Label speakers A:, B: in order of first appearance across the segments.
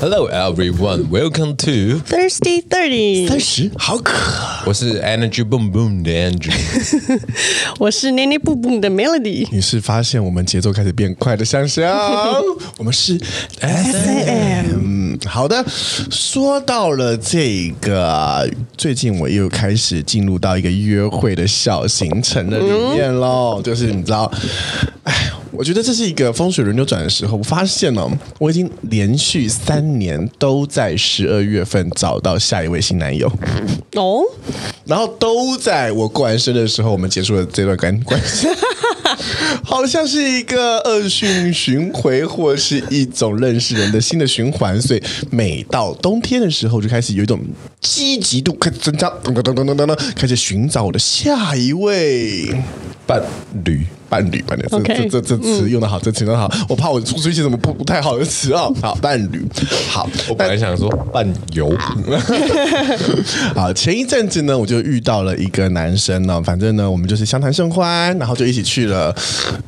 A: Hello everyone, welcome to
B: Thirsty Thirty，
A: 十好渴。我是 Energy Boom Boom 的 Andrew，
B: 我是捏捏布布的 Melody。
C: 你是发现我们节奏开始变快的香香， 我们是 S M。好的，说到了这个，最近我又开始进入到一个约会的小行程的里面喽，就是你知道，哎。我觉得这是一个风水轮流转的时候，我发现了、我已经连续三年都在十二月份找到下一位新男友，
B: 哦，
C: 然后都在我过完生日的时候，我们结束了这段关关系， 好像是一个恶性循环，或是一种认识人的新的循环。所以每到冬天的时候，就开始有一种积极度开始增加，噔噔噔噔噔噔，开始寻找我的下一位
A: 伴侣。
C: 伴侣吧，这
B: OK
C: 这这这
A: 嗯
C: 词用的好，这词用的好，我怕我出出一些什么不不太好的词哦。好，伴侣，好，
A: 我本来想说伴 游，
C: 好，前一阵子呢，我就遇到了一个男生呢，反正呢，我们就是相谈甚欢，然后就一起去了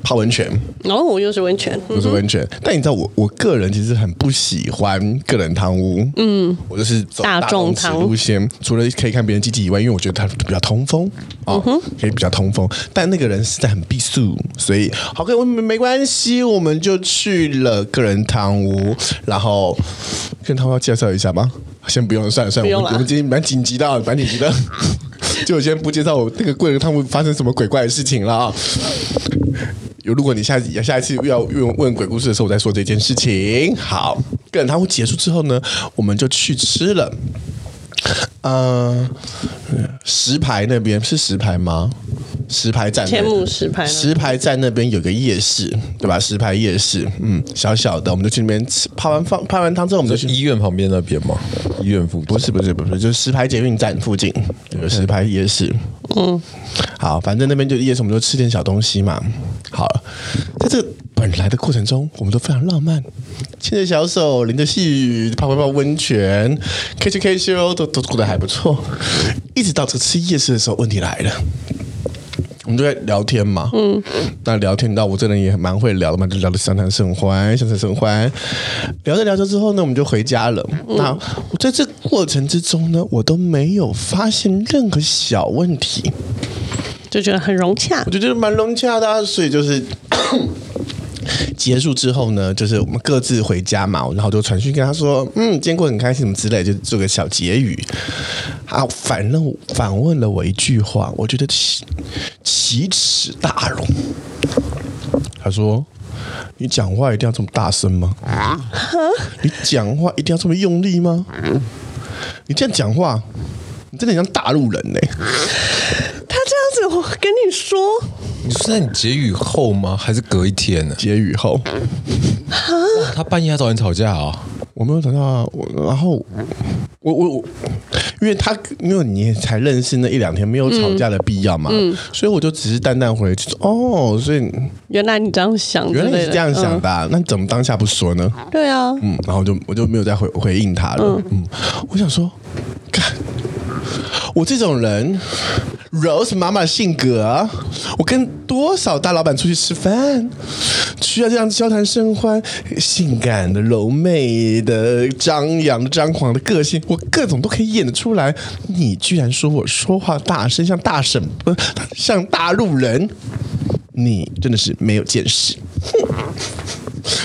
C: 泡温泉，
B: 哦，又是温泉。
C: 不是温泉。但你知道我，我个人其实很不喜欢个人汤屋，嗯，我就是走
B: 大众
C: 众池
B: 汤
C: 路线，除了可以看别人鸡鸡以外，因为我觉得它比较通风
B: 嗯
C: 哦，可以比较通风。但那个人实在很避暑，所以好，可我没没关系，我们就去了个人汤屋，然后个人汤屋要介绍一下吗？先不用了，算了算
B: 不
C: 了，
B: 用
C: 我
B: 了
C: 们我们今天蛮紧急的啊，蛮 紧急的。就我先不介绍我那个贵人汤屋发生什么鬼怪的事情了啊。有，如果你下一下一次要问问鬼故事的时候，我再说这件事情。好，个人堂会结束之后呢，我们就去吃了。呃，石牌那边是石牌吗？石牌站那
B: 天母石牌那边
C: 石牌站那边有个夜市，对吧？石牌夜市，嗯，小小的，我们就去那边吃。泡完饭，泡完汤之后，我们就去
A: 医院旁边那边吗？医院附近
C: 不是不是不是，就是石牌捷运站附近有石牌夜市。嗯，好，反正那边就夜市，我们就吃点小东西嘛。好了，在这本来的过程中，我们都非常浪漫，牵着小手，淋着细雨，泡泡泡温泉，K 咻 K 咻，都都过得还不错。一直到这吃夜市的时候，问题来了。我们就在聊天嘛，嗯，那聊天，到我这人也蛮会聊的嘛，就聊得相谈甚欢，相谈甚欢。聊着聊着之后呢，我们就回家了。那我在这过程之中呢，我都没有发现任何小问题，
B: 就觉得很融洽
C: 我。就觉得蛮融洽的、啊，所以就是。 结束之后呢，就是我们各自回家嘛，然后就传讯跟他说，嗯，今天过得很开心，什么之类，就做个小结语。啊，反问反问了我一句话，我觉得奇奇耻大辱。他说：“你讲话一定要这么大声吗？你讲话一定要这么用力吗？你这样讲话，你真的很像大陆人呢、
B: 他这样子，我跟你说，
A: 你是在你结语后吗？还是隔一天呢？
C: 结语后。”
A: 他半夜还找你吵架 啊？
C: 我没有等到啊，我然后我我我，因为他因为你才认识那一两天，没有吵架的必要嘛，所以我就只是淡淡回去说哦，所以
B: 原来你这样想之类
C: 原
B: 的，
C: 来你是这样想的啊、那你怎么当下不说呢？
B: 嗯。对啊，
C: 嗯，然后就我就没有再回回应他了。嗯我想说，看我这种人，Rose 妈妈性格，我跟多少大老板出去吃饭，需要这样交谈甚欢，性感的、柔媚的、张扬的、张狂的个性，我各种都可以演得出来。你居然说我说话大声，像大婶，不像大陆人，你真的是没有见识。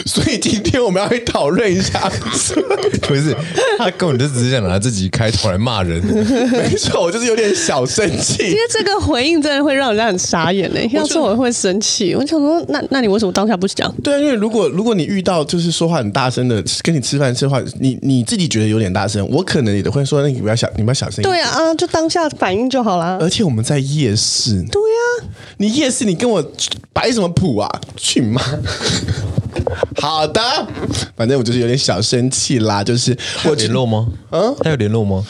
C: 所以今天我们要去讨论一下，
A: 不是，他根本就只是想拿自己开头来骂人。
C: 没错，我就是有点小生气
B: 因为。这个回应真的会让人家很傻眼欸
C: 嗯
B: 嘞、要是我会生气，我想说，那那你为什么当下不讲？
C: 对啊，因为如果如果你遇到就是说话很大声的，跟你吃饭吃话，你你自己觉得有点大声，我可能也会说，那你不要小，你不要小声。
B: 对啊，啊，就当下反应就好啦。
C: 而且我们在夜市，
B: 对啊，
C: 你夜市你跟我摆什么谱啊？去妈！ 好的，反正我就是有点小生气啦，就是
A: 我
C: 我
A: 联络吗？嗯，他有联络吗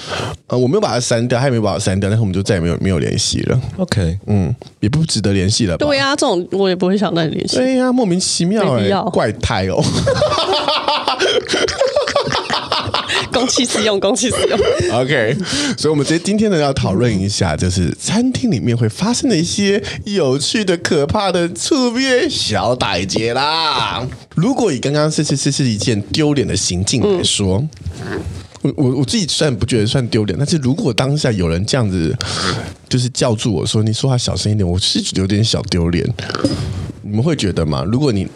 C: 呃，我没有把它删掉，他也没有把我删掉，但是我们就再也没有没有联系了，
A: ？OK，
C: 嗯，也不值得联系了吧？
B: 对啊，这种我也不会想跟你联系。
C: 对呀、莫名其妙
B: 没
C: 欸 哎、
B: 必要
C: 怪胎哦。
B: 公器私用，公器私 用。
C: OK，所以我们直接今天呢要讨论一下，就是餐厅里面会发生的一些有趣的、可怕的触面小歹劫啦。如果以刚刚是是是是一件丢脸的行径来说。我我我自己虽然不觉得算丢脸，但是如果当下有人这样子，就是叫住我说你说话小声一点，我是觉得有点小丢脸。你们会觉得吗？如果你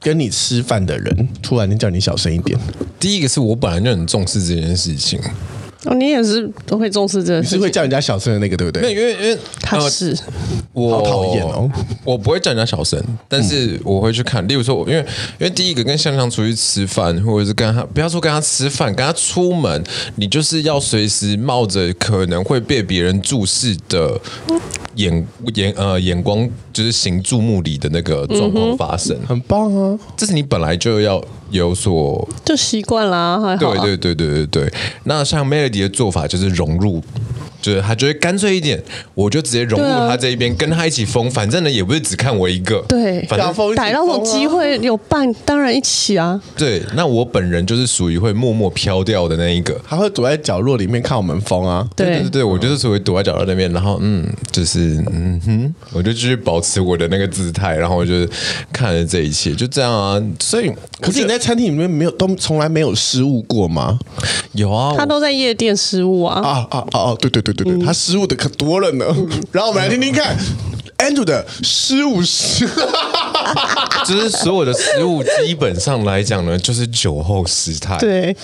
C: 跟你吃饭的人突然间叫你小声一点，
A: 第一个是我本来就很重视这件事情，
B: 哦，你也是都会重视这个
C: 你
B: 事
C: 是
B: 情，
C: 会叫人家小声的那个，对不对？
A: 那因为因为
B: 他
A: 呃
B: 是
A: 我
C: 好讨厌哦！嗯
A: 我不会叫人家小声，但是我会去看。例如说我，因为因为第一个跟香香出去吃饭，或者是跟他不要说跟他吃饭，跟他出门，你就是要随时冒着可能会被别人注视的眼眼呃眼光，就是行注目礼的那个状
C: 嗯
A: 况发生。
C: 很棒啊！
A: 这是你本来就要有所
B: 就习惯啦，还好
A: 对
B: 啊。
A: 对对对对对。那像 Melody 的做法就是融入，就是他觉得干脆一点，我就直接融入
B: 对啊
A: 他这一边，跟他一起疯。反正呢，也不是只看我一个。
B: 对
A: 反正
C: 小风一起
B: 逮到这种
C: 疯啊
B: 机会有伴，当然一起啊。
A: 对。那我本人就是属于会默默飘掉的那一个。
C: 他会躲在角落里面看我们疯啊。
A: 对对，对，我就是属于躲在角落那边，然后嗯，就是嗯哼，我就继续保持我的那个姿态，然后我就看着这一切，就这样啊。所以
C: 可是你在餐厅里面没有都从来没有失误过吗？
A: 有啊，
B: 他都在夜店失误啊，
C: 啊啊啊啊！对对对对对，他失误的可多了呢。然后我们来听听看 Andrew 的失误是，
A: 就是所有的食物基本上来讲呢，就是酒后失态。
B: 对，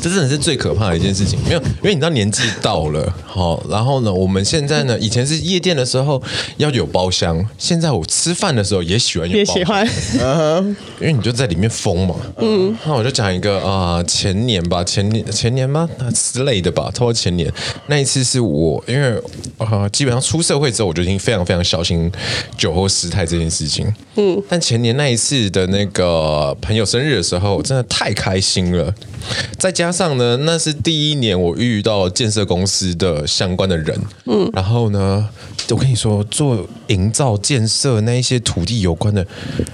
A: 这真的是最可怕的一件事情，没有，因为你知道年纪到了，好，然后呢，我们现在呢，以前是夜店的时候要有包厢，现在我吃饭的时候也喜欢有
B: 也
A: 包
B: 喜
A: 厢，
B: 欢。
A: 因为你就在里面疯嘛，嗯，那我就讲一个啊、前年吧，前年前年吗啊之类的吧，差不多前年那一次是我，因为啊，基本上出社会之后我就已经非常非常小心酒后失态这件事情，嗯，但前年那一次的那个朋友生日的时候，真的太开心了，再加上呢，那是第一年我遇到建设公司的相关的人，嗯，然后呢，我跟你说，做营造建设那一些土地有关的，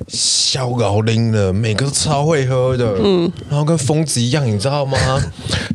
A: 小搞拎了，每个都超会喝的，嗯，然后跟疯子一样，你知道吗？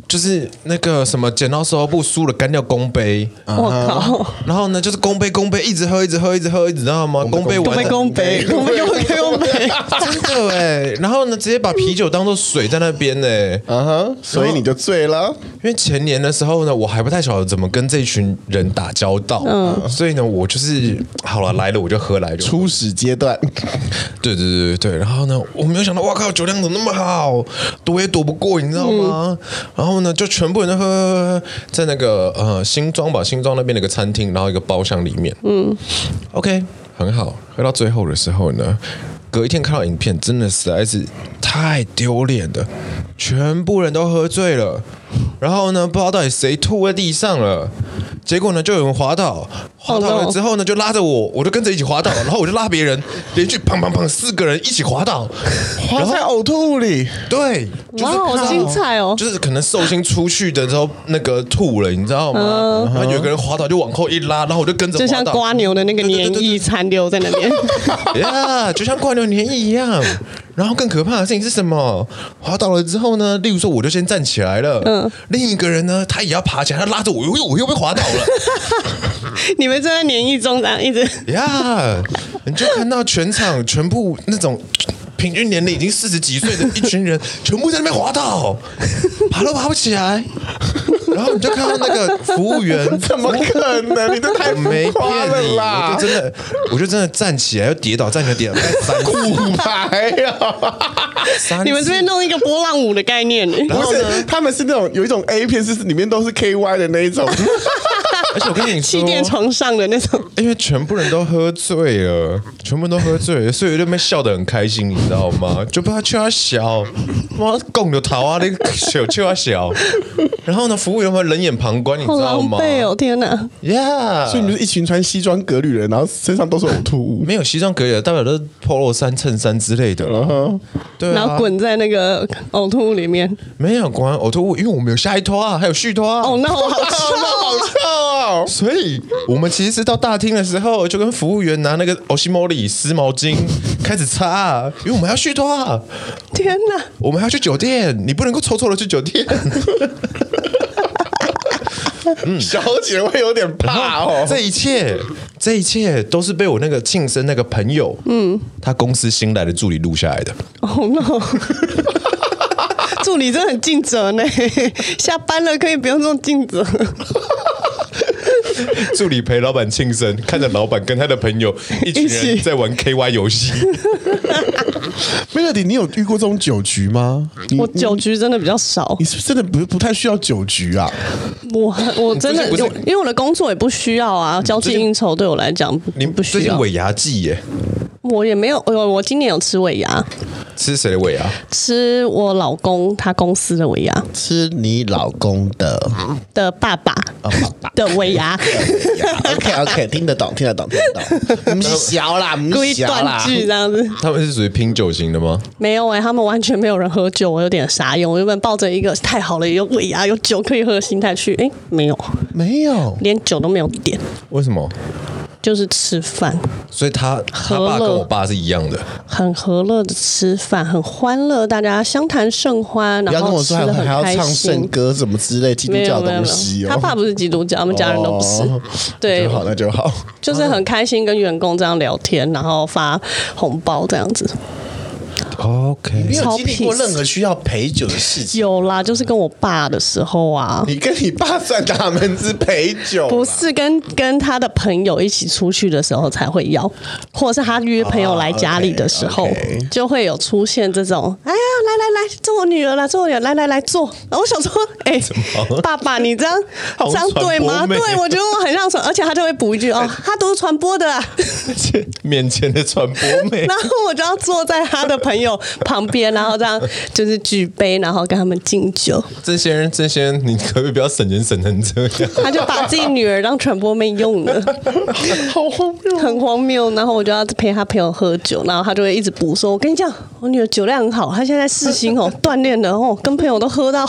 A: 就是那个什么剪刀石头布输了，干掉公杯，
B: 我靠，
A: 然后呢，就是公杯公杯一直喝，一直喝，一直喝，你知道吗？公杯
B: 公
A: 完
B: 杯公杯，公杯 公杯公杯，
A: 真的哎，然后呢，直接把啤酒当做水在那边欸呢。
C: 嗯哼，所以你就醉了。
A: 因为前年的时候呢，我还不太晓得怎么跟这群人打交道，所以呢，我就是好了来了我就喝来了，
C: 初始阶段，
A: 对对对对对，然后呢，我没有想到，哇靠，酒量怎么那么好，躲也躲不过，你知道吗？然后呢，就全部人都喝喝喝，在那个呃新庄吧，新庄那边的一个餐厅，然后一个包厢里面，嗯，OK，很好，喝到最后的时候呢。隔一天看到影片，真的实在是太丢脸了，全部人都喝醉了，然后呢，不知道到底谁吐在地上了，结果呢，就有人滑倒，滑倒
B: Oh
A: 了
B: no
A: 之后呢，就拉着我，我就跟着一起滑倒，然后我就拉别人，连续砰砰砰四个人一起滑倒，
C: 花在呕吐物里，
A: 对，就是
B: 哇，好精彩哦！
A: 就是可能寿星出去的时候那个吐了，你知道吗？然后有个人滑倒就往后一拉，然后我就跟着
B: 嗯就
A: 滑
B: 像
A: 倒，
B: 瓜牛的那个
A: 对对对
B: 黏
A: 对
B: 液残留在那边，
A: 呀，就像挂牛年一样。然后更可怕的事情是什么？滑倒了之后呢，例如说我就先站起来了，嗯，另一个人呢，他也要爬起来，他拉着我，我又我又被滑倒了。
B: 你们正在黏液中，然后一直
A: 呀你就看到全场全部那种平均年龄已经四十几岁的一群 人，全部在那边滑倒，爬都爬不起来。然后你就看到那个服务员，
C: 怎么可能？你这太
A: 我没
C: 浮夸
A: 骗
C: 了
A: 你，我
C: 啦
A: 就！真的，我就真的站起来又跌倒，站起来跌倒，大概三
C: 骨牌啊呀，
A: 三次
B: 你们这边弄一个波浪舞的概念呢？
A: 然
C: 不
A: 后呢
C: 是，他们是那种有一种 A 片是里面都是 KY 的那一种，
A: 而且我跟你
B: 气垫
A: 说。
B: 床上的那种，
A: 因为全部人都喝醉了，全部人都喝醉了，所以就被笑得很开心，你知道吗？就被他笑他小，妈拱着桃啊，那个笑笑他小。然后呢，服务员会冷眼旁观，你知
B: 好
A: 道
B: 狼
A: 吗
B: 狈哦！天哪，
A: ？Yeah，
C: 所以你们是一群穿西装革履的人，然后身上都是呕吐物。
A: 没有西装革履的，代表都是 polo 衫、衬衫之类的。对
B: 然后
A: 啊，
B: 滚在那个呕吐物里面，
A: 没有，果然呕吐物，因为我们有下一拖啊，还有续拖啊。
B: 哦，那我好
A: 那
B: 臭，
A: 好臭啊！到， 所以我们其实是到大厅的时候，就跟服务员拿那个 o s h i m o r i 湿毛巾开始擦啊，因为我们要续托啊，
B: 天哪！
A: 我们还要去酒店，你不能够臭臭的去酒 店。
D: 小姐会有点怕哦。
A: 这一切，这一切都是被我那个庆生那个朋友，嗯，他公司新来的助理录下来的。
B: 哦、no！助理真的很尽责呢，下班了可以不用这么尽责。
A: 助理陪老板庆生，看着老板跟他的朋 友一群
B: 一
A: 人
B: 起
A: 在玩 KY 游戏。
D: Melody，你有遇过这种酒局吗？你
B: 我酒局真的比较少
D: 你，是不是真的不不太需要酒局啊？
B: 我我真的
A: 不是
B: 有
A: 不，是
B: 因为我的工作也不需要啊，交际应酬对我来讲不
A: 你
B: 不
A: 最近
B: 需要。
A: 尾牙季耶，
B: 我也没有，我我今年有吃尾牙，
A: 吃谁的尾牙？
B: 吃我老公他公司的尾牙
C: 吃你老公的。
D: 嗯
C: 哦
B: 的爸爸
A: 啊
B: 的 尾牙，
C: OK OK，听得懂，听得懂，听得懂。不是小 啦，
B: 故
C: 不是
B: 意
C: 小
B: 断
C: 啦。
B: 句这样子。
A: 他们是属于拼酒型的吗？
B: 没有哎、他们完全没有人喝酒，我有点傻眼。我原本抱着一个太好了，有尾牙有酒可以喝的心态去，哎、没有，
D: 没有，
B: 连酒都没有点，
A: 为什么？
B: 就是吃饭，
A: 所以他他
B: 和
A: 爸
B: 乐
A: 跟我爸是一样的，
B: 很和乐的吃饭，很欢乐，大家相谈甚欢，
C: 不
B: 然
C: 要跟
B: 后
C: 我
B: 吃
C: 说还
B: 的很
C: 还要
B: 开
C: 唱圣
B: 心。
C: 歌什么之类基督
B: 没有
C: 教
B: 没
C: 的
B: 有
C: 东
B: 没
C: 西
B: 有，
C: 哦。
B: 他爸不是基督教，他们家人都不是。
C: 哦
B: 对
C: 就，好，那就好。
B: 就是很开心跟员工这样聊天，然后发红包这样子。
C: 没
B: 超
C: 有经历过
B: peace
C: 任何需要陪酒的事情。
B: 有啦，就是跟我爸的时候啊，
C: 你跟你爸算他们是陪酒啦，
B: 不是跟跟他的朋友一起出去的时候才会要，或者是他约朋友来家里的时候，
C: 哦，OK，OK
B: 就会有出现这种，哎呀，来来来，坐我女儿啦，坐我女儿，来来来坐。然后我想说，哎、爸爸，你这样
A: 好
B: 这样对吗？
A: 传播妹
B: 对，我觉得我很像传，而且他就会补一句哦，他读传播的、啊。
A: 面前的传播妹
B: 然后我就要坐在他的朋友旁边，然后这样就是举杯，然后跟他们敬酒。
A: 这些人，这些人，你可不可以不要省钱省成这样？
B: 他就把自己女儿当传播妹用了，
D: 好荒谬。
B: 很荒谬。然后我就要陪他朋友喝酒，然后他就会一直补说：“我跟你讲，我女儿酒量很好，她现在四星哦，锻炼的哦，跟朋友都喝到。”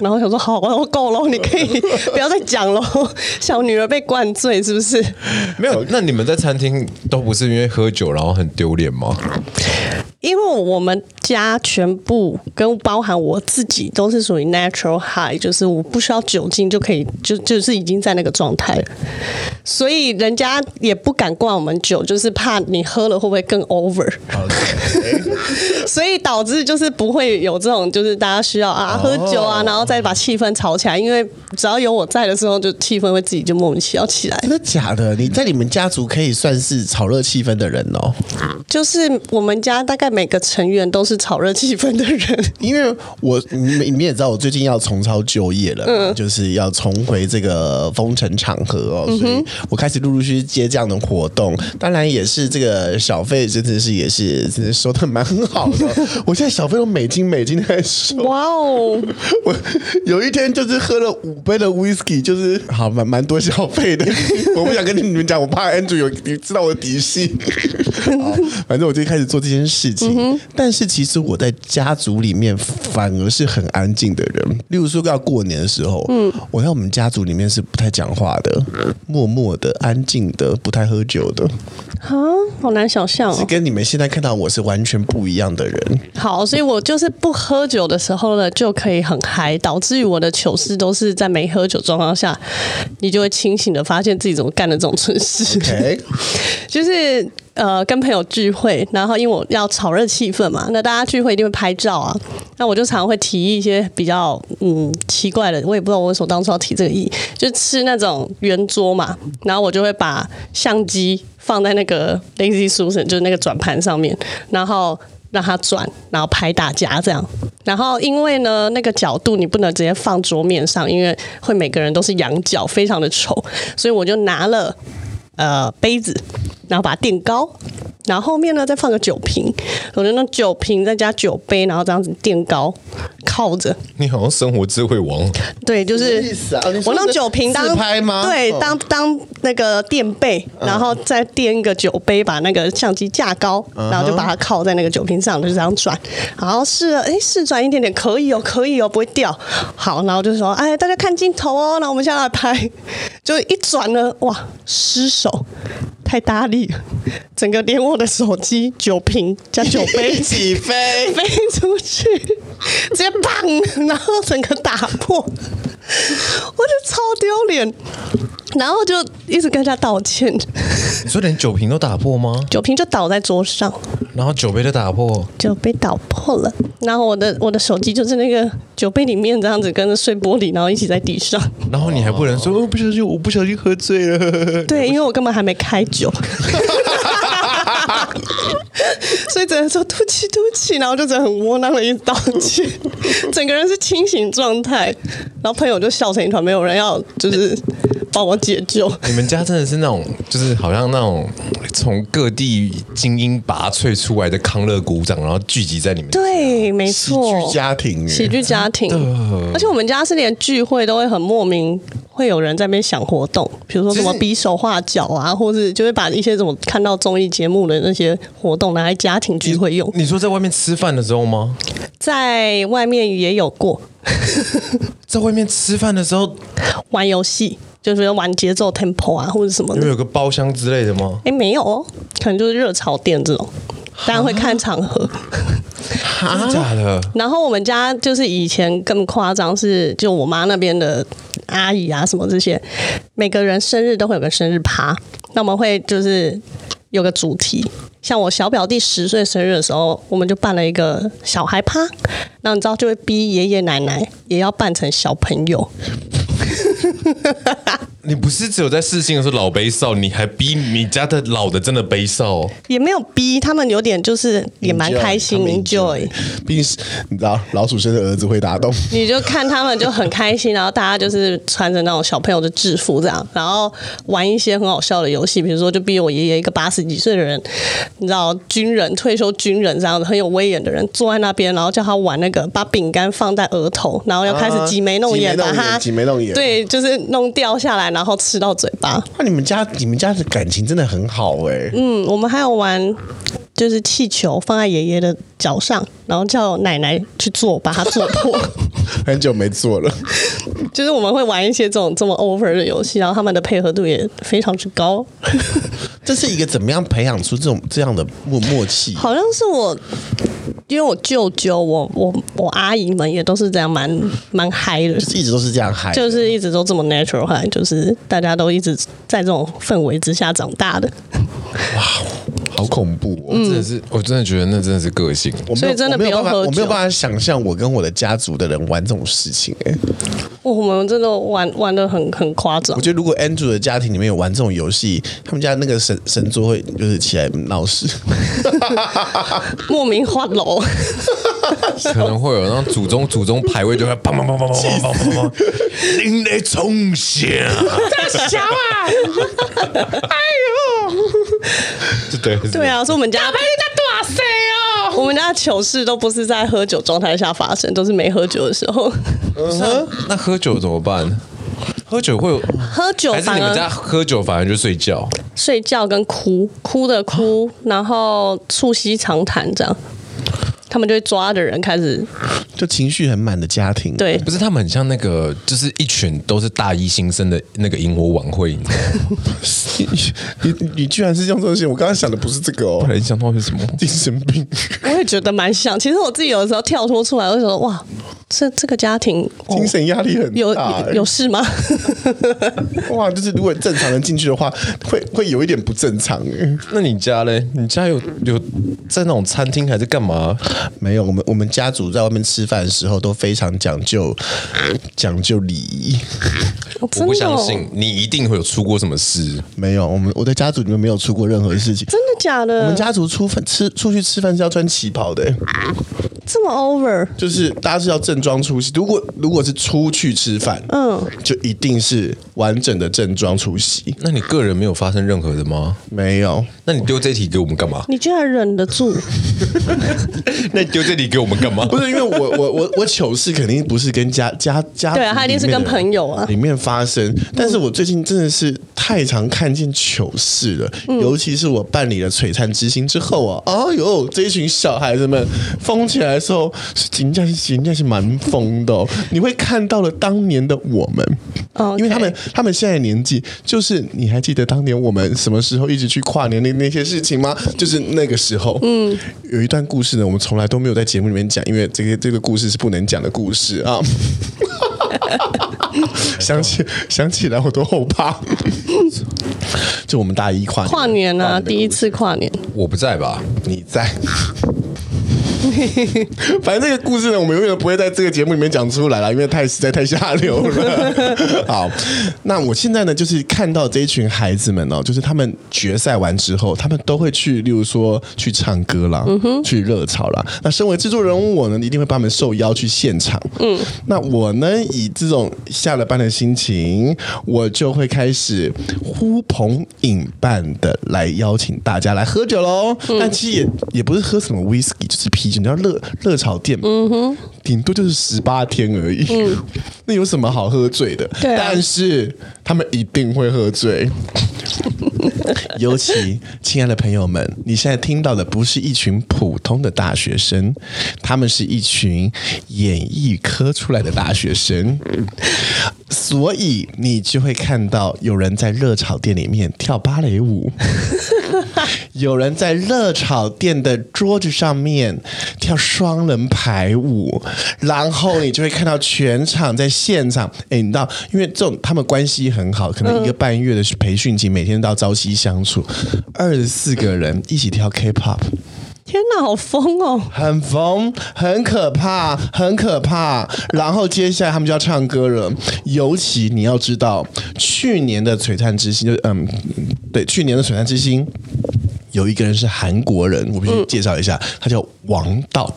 B: 然后我想说：“好，啊我够了，你可以 不要再讲了，哦小女儿被灌醉是不是？”
A: 没有，那你们在餐厅都不是因为喝酒然后很丢脸吗？
B: 因为我们家全部跟包含我自己都是属于 natural high，就是我不需要酒精就可以，就就是已经在那个状态了，所以人家也不敢灌我们酒，就是怕你喝了会不会更 over，所 以导致就是不会有这种就是大家需要啊喝酒啊，然后再把气氛炒起来，因为只要有我在的时候，就气氛会自己就莫名其妙起来。
C: 真的假的？你在你们家族可以算是炒热气氛的人哦，
B: 就是我们家大概每个成员都是炒热气氛的人，
C: 因为我你们你们也知道，我最近要重操旧业了嘛，就是要重回这个风尘场合哦，所以我开始陆陆续续接这样的活动，当然也是这个小费真的是也是真的收的蛮好的，我现在小费用美金美金在收，
B: 哇哦！
C: 我有一天就是喝了五杯的 whisky，就是好蛮蛮多消费 的。我不想跟你们讲，我怕 Andrew 有你知道我的底细。好反正我就开始做这件事情。但是其实我在家族里面反而是很安静的人。例如说要过年的时候，嗯，我在我们家族里面是不太讲话的，默默的、安静的，不太喝酒的，
B: 啊，好难想象、
C: 是
B: 哦。
C: 跟你们现在看到我是完全不一样的人。
B: 好，所以我就是不喝酒的时候呢，就可以很嗨，导致于我的糗事都是在没喝酒状况下，你就会清醒的发现自己怎么干的这种蠢事。
C: 哎，
B: 就是呃，跟朋友聚会，然后因为我要炒热气氛嘛，那大家聚会一定会拍照啊。那我就常会提议一些比较嗯奇怪的，我也不知道我为什么当初要提这个意，就吃那种圆桌嘛，然后我就会把相机放在那个 Lazy Susan，就是那个转盘上面，然后。让它转，然后拍大家这样。然后因为呢，那个角度你不能直接放桌面上，因为会每个人都是仰角，非常的丑。所以我就拿了呃杯子，然后把它垫高，然后后面呢再放个酒瓶，我就用酒瓶再加酒杯，然后这样子垫高，泡着。
A: 你好像生活智慧王，
B: 对，就
C: 什
B: 是
C: 么意思啊哦你说
B: 我用
C: 是
B: 酒瓶当
C: 自拍吗
B: 对
C: 哦，嗯
B: 当当那个垫背，然后再垫一个酒杯，把那个相机架高，
C: 嗯
B: 然后就把它靠在那个酒瓶上，就这样转。然后试了，哎，试转一点点，可以哦，可以哦，不会掉。好，然后就说，哎，大家看镜头哦，那我们现在来拍，就一转呢，哇，失手。太大力了，整个连我的手机、酒瓶加酒杯
C: 一起飞，
B: 飞出去，直接砰，然后整个打破，我就超丢脸，然后就一直跟他道歉，
A: 你说连酒瓶都打破吗？
B: 酒瓶就倒在桌上，
A: 然后酒杯都打破，
B: 酒杯倒破了，然后我的我的手机就是那个酒杯里面这样子跟着碎玻璃，然后一起在地上，
A: 然后你还不能说、哦、不小心，我不小心喝醉了。
B: 对，因为我根本还没开酒。 所以只能说对不起，对不起，然后就只能很窝囊的一直道 歉，整个人是清醒状态，然后朋友就笑成一团，没有人要就是帮我解救。
A: 你们家真的是那种，就是好像那种从各地精英拔萃出来的康乐股长，然后聚集在你们。
B: 对，没错，
C: 喜剧家庭
B: 喜剧家庭，而且我们家是连聚会都会很莫名。会有人在那边想活动，比如说什么比手画脚啊，或是就会把一些什么看到综艺节目的那些活动拿来家庭聚会用，
A: 你说在外面吃饭的时候吗？
B: 在外面也有过。
A: 在外面吃饭的时候，
B: 玩游戏，就是玩节奏 tempo 啊，或者什么
A: 你们
B: 的。
A: 有个包厢之类的吗？
B: 哎，没有哦，可能就是热炒店这种，当然会看场合。
A: 真的假的？
B: 然后我们家就是以前更夸张，是就我妈那边的阿姨啊什么这些，每个人生日都会有个生日趴，那我们会就是有个主题。像我小表弟十岁生日的时候，我们就办了一个小孩趴，那你知道就会逼爷爷奶奶也要扮成小朋友，
A: 你不是只有在试镜的时候老悲少，你还逼你家的老的真的悲少、哦？
B: 也没有逼他们，有点就是也蛮开心 enjoy。
C: 毕竟是你知道老鼠生的儿子会打 洞，
B: 你就看他们就很开心，然后大家就是穿着那种小朋友的制服这样，然后玩一些很好笑的游戏，比如说就逼我爷爷一个八十几岁的人，你知道军人退休军人这样子很有威严的人坐在那边，然后叫他玩那个把饼干放在额头，然后要开始挤眉弄眼
C: 啊挤
B: 把
C: 眉弄眼
B: 它
C: 挤眉弄眼
B: 对，就是弄掉下来，然后吃到嘴巴。
C: 那你们家你们家的感情真的很好哎、
B: 嗯，我们还有玩就是气球放在爷爷的脚上，然后叫奶奶去做，把它做 破。
C: 很久没做了，
B: 就是我们会玩一些这种这么 over 的游戏，然后他们的配合度也非常之高。
C: 这是一个怎么样培养出这种这样的默默契？
B: 好像是我，因为我舅舅、我我我阿姨们也都是这样蛮蛮嗨的。
C: 一直都是这样嗨，
B: 就是一直都这么 natural high，就是大家都一直在这种氛围之下长大的，
C: 好恐怖哦！
B: 嗯
A: 真的是，我真的觉得那真的是个性。
C: 我没有
B: 所以真的
C: 我没有办
B: 不用
C: 法，
B: 喝酒
C: 我没有办法想象我跟我的家族的人玩这种事情哎、
B: 哇哦我们真的玩玩的很很夸张
C: 我。觉得如果 Andrew 的家庭里面有玩这种游戏，他们家那个神神桌会就是起来闹事。
B: 莫名花楼，
A: 可能会有那种祖宗祖宗排位就会砰砰砰砰砰砰砰砰砰，您来冲下，
B: 小啊！
A: 哎 对
B: 对，啊，所以我们家大白在哦。我们家的糗事都不是在喝酒状态下发生，都是没喝酒的时候。
A: 嗯那喝酒怎么办？喝酒啊会有，
B: 喝酒
A: 还是
B: 反
A: 你们家
B: 而
A: 喝酒反而就睡觉？
B: 睡觉跟哭，哭的哭，然后促膝长谈这样。他们就会抓的人开始
C: 就情绪很满的家庭，，
B: 对
A: 不是，他们很像那个，就是一群都是大一新生的那个萤火晚会，你知道 吗？
C: 你你你你居然是用这种东西，我刚刚想的不是这个哦
A: 后，来想到是什么？
C: 精神病。
B: 我也觉得蛮像。其实我自己有的时候跳脱出来，我就说哇，这这个家庭、哦
C: 精神压力很
B: 有
C: 大、欸
B: 有事吗？
C: 哇！就是如果正常人进去的话，会会有一点不正常哎、
A: 那你家嘞？你家有有在那种餐厅还是干嘛？
C: 没有，我们我们家族在外面吃饭的时候都非常讲究讲究礼仪。
B: 我
A: 我
B: 真
A: 不
B: 的
A: 相
B: 哦
A: 信你一定会有出过什么事。
C: 没有，我们我在家族里面没有出过任何事情。
B: 真的假
C: 我
B: 的
C: 们？家族出饭吃出去吃饭是要穿旗袍的、欸，
B: 这么 over，
C: 就是大家是要正装出席。如果如果是出去吃饭，
B: 嗯，
C: 就一定是完整的正装出席。
A: 那你个人没有发生任何的吗？
C: 没有，
A: 那你丢这题给我们干 嘛？
B: 你居然忍得住？
A: 那你丢这题给我们干嘛？
C: 不是因为我我我我糗事肯定不是跟家家家
B: 对啊，他一定是跟朋
C: 友。
B: 友啊。
C: 里面发生，但是我最近真的是太常看见糗事了，尤其是我办理了璀璨之星之后啊，哎呦，这一群小孩子们疯起来的时候，是人家是人家是蛮疯的、哦，你会看到了当年的我们
B: OK
C: 因为他们他们现在的年纪，就是你还记得当年我们什么时候一直去跨年那那些事情吗？就是那个时候，嗯，有一段故事呢，我们从来都没有在节目里面讲，因为这个这个故事是不能讲的故事啊。 想起想起来我都后怕。 就我们大一跨年
B: 跨年啊，第一次跨年，
A: 我不在吧？
C: 你在。 反正这个故事呢，我们永远不会在这个节目里面讲出来了，因为太实在太下流 了。好，那我现在呢，就是看到这一群孩子们哦，就是他们决赛完之后，他们都会去，例如说去唱歌啦，去热炒啦。那身为制作人物我呢，一定会帮他们受邀去现场。嗯，那我呢，以这种下了班的心情，我就会开始呼朋引伴的来邀请大家来喝酒喽。但其实也也不是喝什么 whisky，就是啤酒。你知道热热炒店，嗯哼，顶多就是十八天而已。 那有什么好喝醉的？
B: 对啊
C: 但是他们一定会喝醉。尤其，亲爱的朋友们，你现在听到的不是一群普通的大学生，他们是一群演艺科出来的大学生，所以你就会看到有人在热炒店里面跳芭蕾舞，有人在热炒店的桌子上面跳双人排舞，然后你就会看到全场在现场，哎，你知道，因为这种他们关系很好，可能一个半月的培训期，每天到朝夕相处，二十四个人一起跳 K-pop。
B: 天哪，好疯哦！
C: 很疯，很可怕，很可怕。然后接下来他们就要唱歌了，尤其你要知道，去年的璀璨之星，就是嗯，对，去年的璀璨之星。有一个人是韩国人，我必须介绍一下，他叫王道。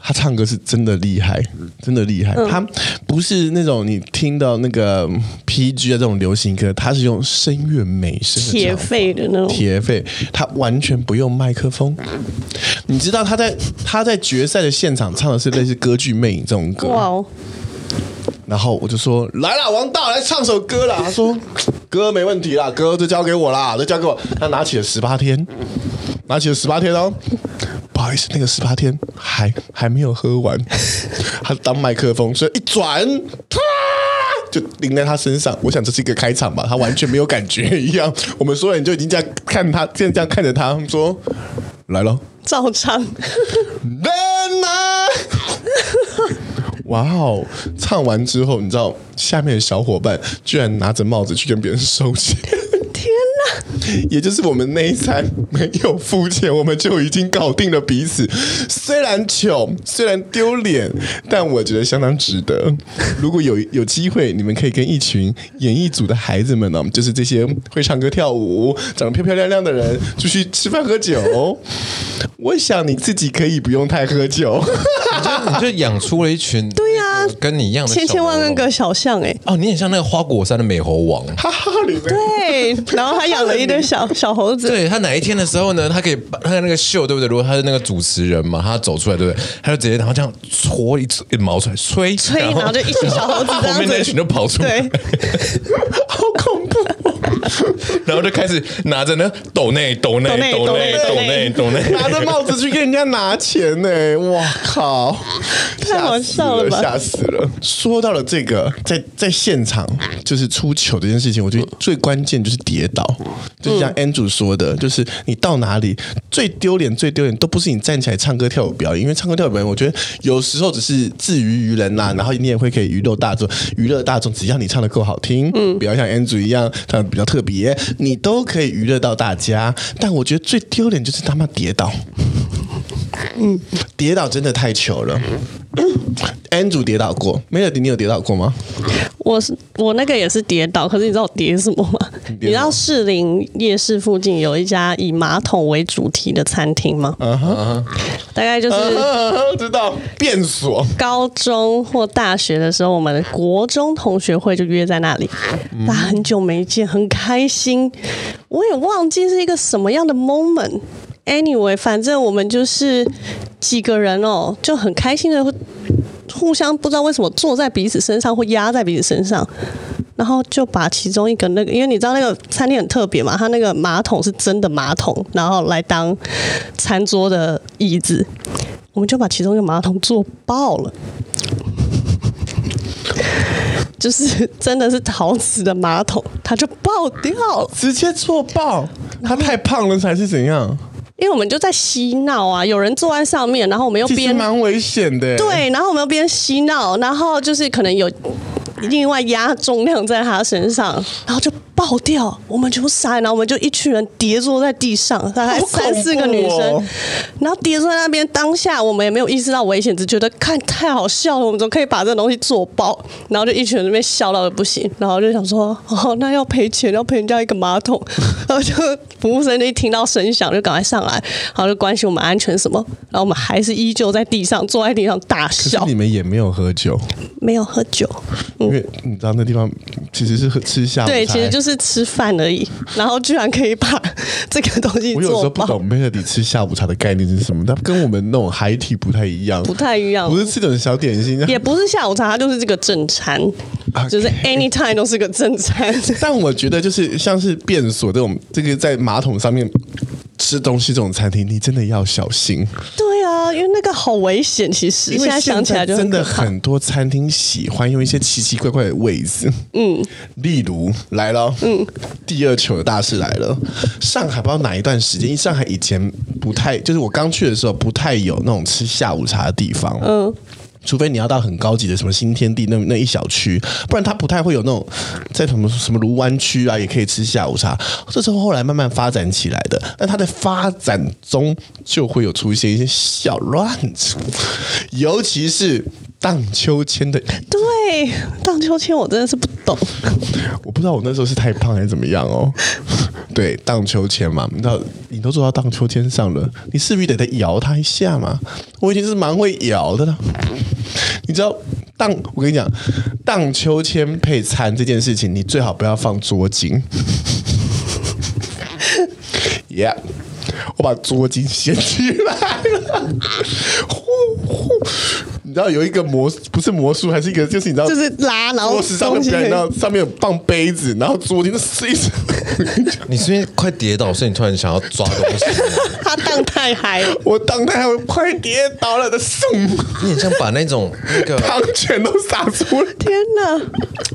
C: 他唱歌是真的厉害，真的厉害。他不是那种你听到那个 PG 的这种流行歌，他是用声乐美声的
B: 铁
C: 唱法
B: 肺的那种，
C: 铁肺，他完全不用麦克风。你知道他在他在决赛的现场唱的是类似《歌剧魅影》这种歌，
B: 哇哦！
C: 然后我就说来啦，王道来唱首歌啦。他说歌没问题啦，歌就交给我啦，就交给我。他拿起了十八天，拿起了十八天哦。不好意思，那个十八天还还没有喝完，他当麦克风，所以一转，啪就淋在他身上。我想这是一个开场吧，他完全没有感觉一样。我们所有人就已经这样看他，这样这样看着他，他们说来了。
B: 照唱，
C: 人啊！哇哦！唱完之后，你知道下面的小伙伴居然拿着帽子去跟别人收钱，
B: 天哪！
C: 也就是我们那一餐没有付钱，我们就已经搞定了彼此。虽然穷，虽然丢脸，但我觉得相当值得。如果有有机会，你们可以跟一群演艺组的孩子们呢、哦就是这些会唱歌跳舞、长得漂漂亮亮的人出去吃饭喝酒，我想你自己可以不用太喝酒。
A: 你就你就养出了一群
B: 对呀
A: 那个跟你一样的
B: 千千万万
A: 个
B: 个小象哎、
A: 哦，你很像那个花果山的美猴王。
C: 哈哈， 你们
B: 对， 然后还养了一堆小小猴子，
A: 对他哪一天的时候呢，他可以把他的那个秀，对不对？如果他是那个主持人嘛，他走出来，对不对？他就直接然后这样搓一一毛出来，吹
B: 吹，然后就一群小猴子这
A: 后
B: 样
A: 面那群
B: 子，
A: 就跑 出来，
B: 对，
C: 好恐怖、
A: 然后就开始拿着呢抖内抖内
B: 抖内
A: 抖内
B: 抖
A: 抖
B: 内
A: 内抖内，
C: 拿着帽子去跟人家拿钱呢、哇靠！
B: 太好笑了吧
C: 吓死了！说到了这个，在在现场就是出糗这件事情，我觉得最关键就是跌倒，就是像
B: 嗯
C: Andrew 说的，就是你到哪里最丢脸，最丢脸都不是你站起来唱歌跳舞表演，因为唱歌跳舞表演，我觉得有时候只是自娱于人啦、
B: 嗯
C: 然后你也会可以娱乐大众，娱乐大众，只要你唱的够好听，嗯，不要像 Andrew 一样唱的比较特别，你都可以娱乐到大家。但我觉得最丢脸就是他妈跌倒。
B: 嗯
C: 跌倒真的太糗了。Andrew 跌倒过，Melody 你有跌倒过吗？
B: 我是我那个也是跌倒，可是你知道我跌什么吗？你知道士林夜市附近有一家以马桶为主题的餐厅吗？
C: 嗯 Uh-huh
B: 大概 就是
E: 啊知道
A: 变锁
B: 高中或大学的时候，我们的国中同学会就约在那里，大家很久没见，很开心。我也忘记是一个什么样的 moment。Anyway，反正我们就是几个人哦，就很开心的互相不知道为什么坐在彼此身上或压在彼此身上，然后就把其中一个那个，因为你知道那个餐厅很特别嘛，它那个马桶是真的马桶，然后来当餐桌的椅子，我们就把其中一个马桶坐爆了。 就是真的是陶瓷的马桶，它就爆掉了。
C: 直接做爆，他太胖了才是怎样？
B: 因为我们就在嬉闹啊，有人坐在上面，然后我们又
C: 其实
B: 边
C: 蛮危险的。，
B: 对，然后我们又边嬉闹，然后就是可能有另外压重量在他身上，然后就爆掉，我们就傻眼，然后我们就一群人叠坐在地上，大概
C: 好恐
B: 三四个女
C: 怖
B: 生，
C: 哦
B: 然后叠坐在那边，当下我们也没有意识到危险，只觉得看太好笑了，我们怎么可以把这东西做爆？然后就一群人在那边笑到不行，然后就想说，哦，那要赔钱，要赔人家一个马桶， 然后就服务生就一听到声响就赶快上来，然后就关心我们安全什么，然后我们还是依旧在地上坐在地上大笑
C: 你，们也没有喝酒，
B: 没有喝酒，
C: 因为你知道那地方其实是喝吃下午
B: 对，
C: 茶欸
B: 其实就是吃饭而已，然后居然可以把这个东西
C: 我有时
B: 做
C: 候不
B: 爆，
C: 懂 Melody 吃下午茶的概念是什么，它跟我们那种海体不太一样，
B: 不太一样
C: 不是吃那种小点心。
B: 也不是下午茶，它就是这个正餐就是 anytime 都是个正餐。
C: 但我觉得就是像是便所这种，这个在马桶上面吃东西这种餐厅，你真的要小心，
B: 对啊，因为那个好危险，其实
C: 因为
B: 现在想起来就
C: 现在真的
B: 可怕
C: 很多餐厅喜欢用一些奇奇怪怪的位置，嗯，例如来了，嗯，第二球的大事来了，上海不知道哪一段时间，因为上海以前不太，就是我刚去的时候不太有那种吃下午茶的地方，嗯。除非你要到很高级的什么新天地那那一小区，不然它不太会有那种在什么什么卢湾区啊，也可以吃下午茶。这是后来慢慢发展起来的，但它在发展中就会有出现一些小乱子，尤其是荡秋千的，
B: 对荡秋千，我真的是不懂。
C: 我不知道我那时候是太胖还是怎么样哦。 对，荡秋千嘛，你知道你都坐到荡秋千上了，你势必得得摇它一下嘛。我已经是蛮会摇的了，你知道荡，我跟你讲，荡秋千配餐这件事情，你最好不要放桌巾。yeah，我把桌巾掀起来了， 呼呼，你知道有一个魔不是魔术，还是一个就是你知道
B: 就是拉然后
C: 桌子上面
B: 东西
C: 表
B: 可
C: 演
B: 以
C: 到上面有放杯子，然后桌巾是一直。
A: 你是因为快跌倒，所以你突然想要抓东 西，
B: 他荡太 嗨了，
C: 我当太我快跌倒了的送
A: 你很像把那种那个，
C: 汤全都洒出来。
B: 天哪！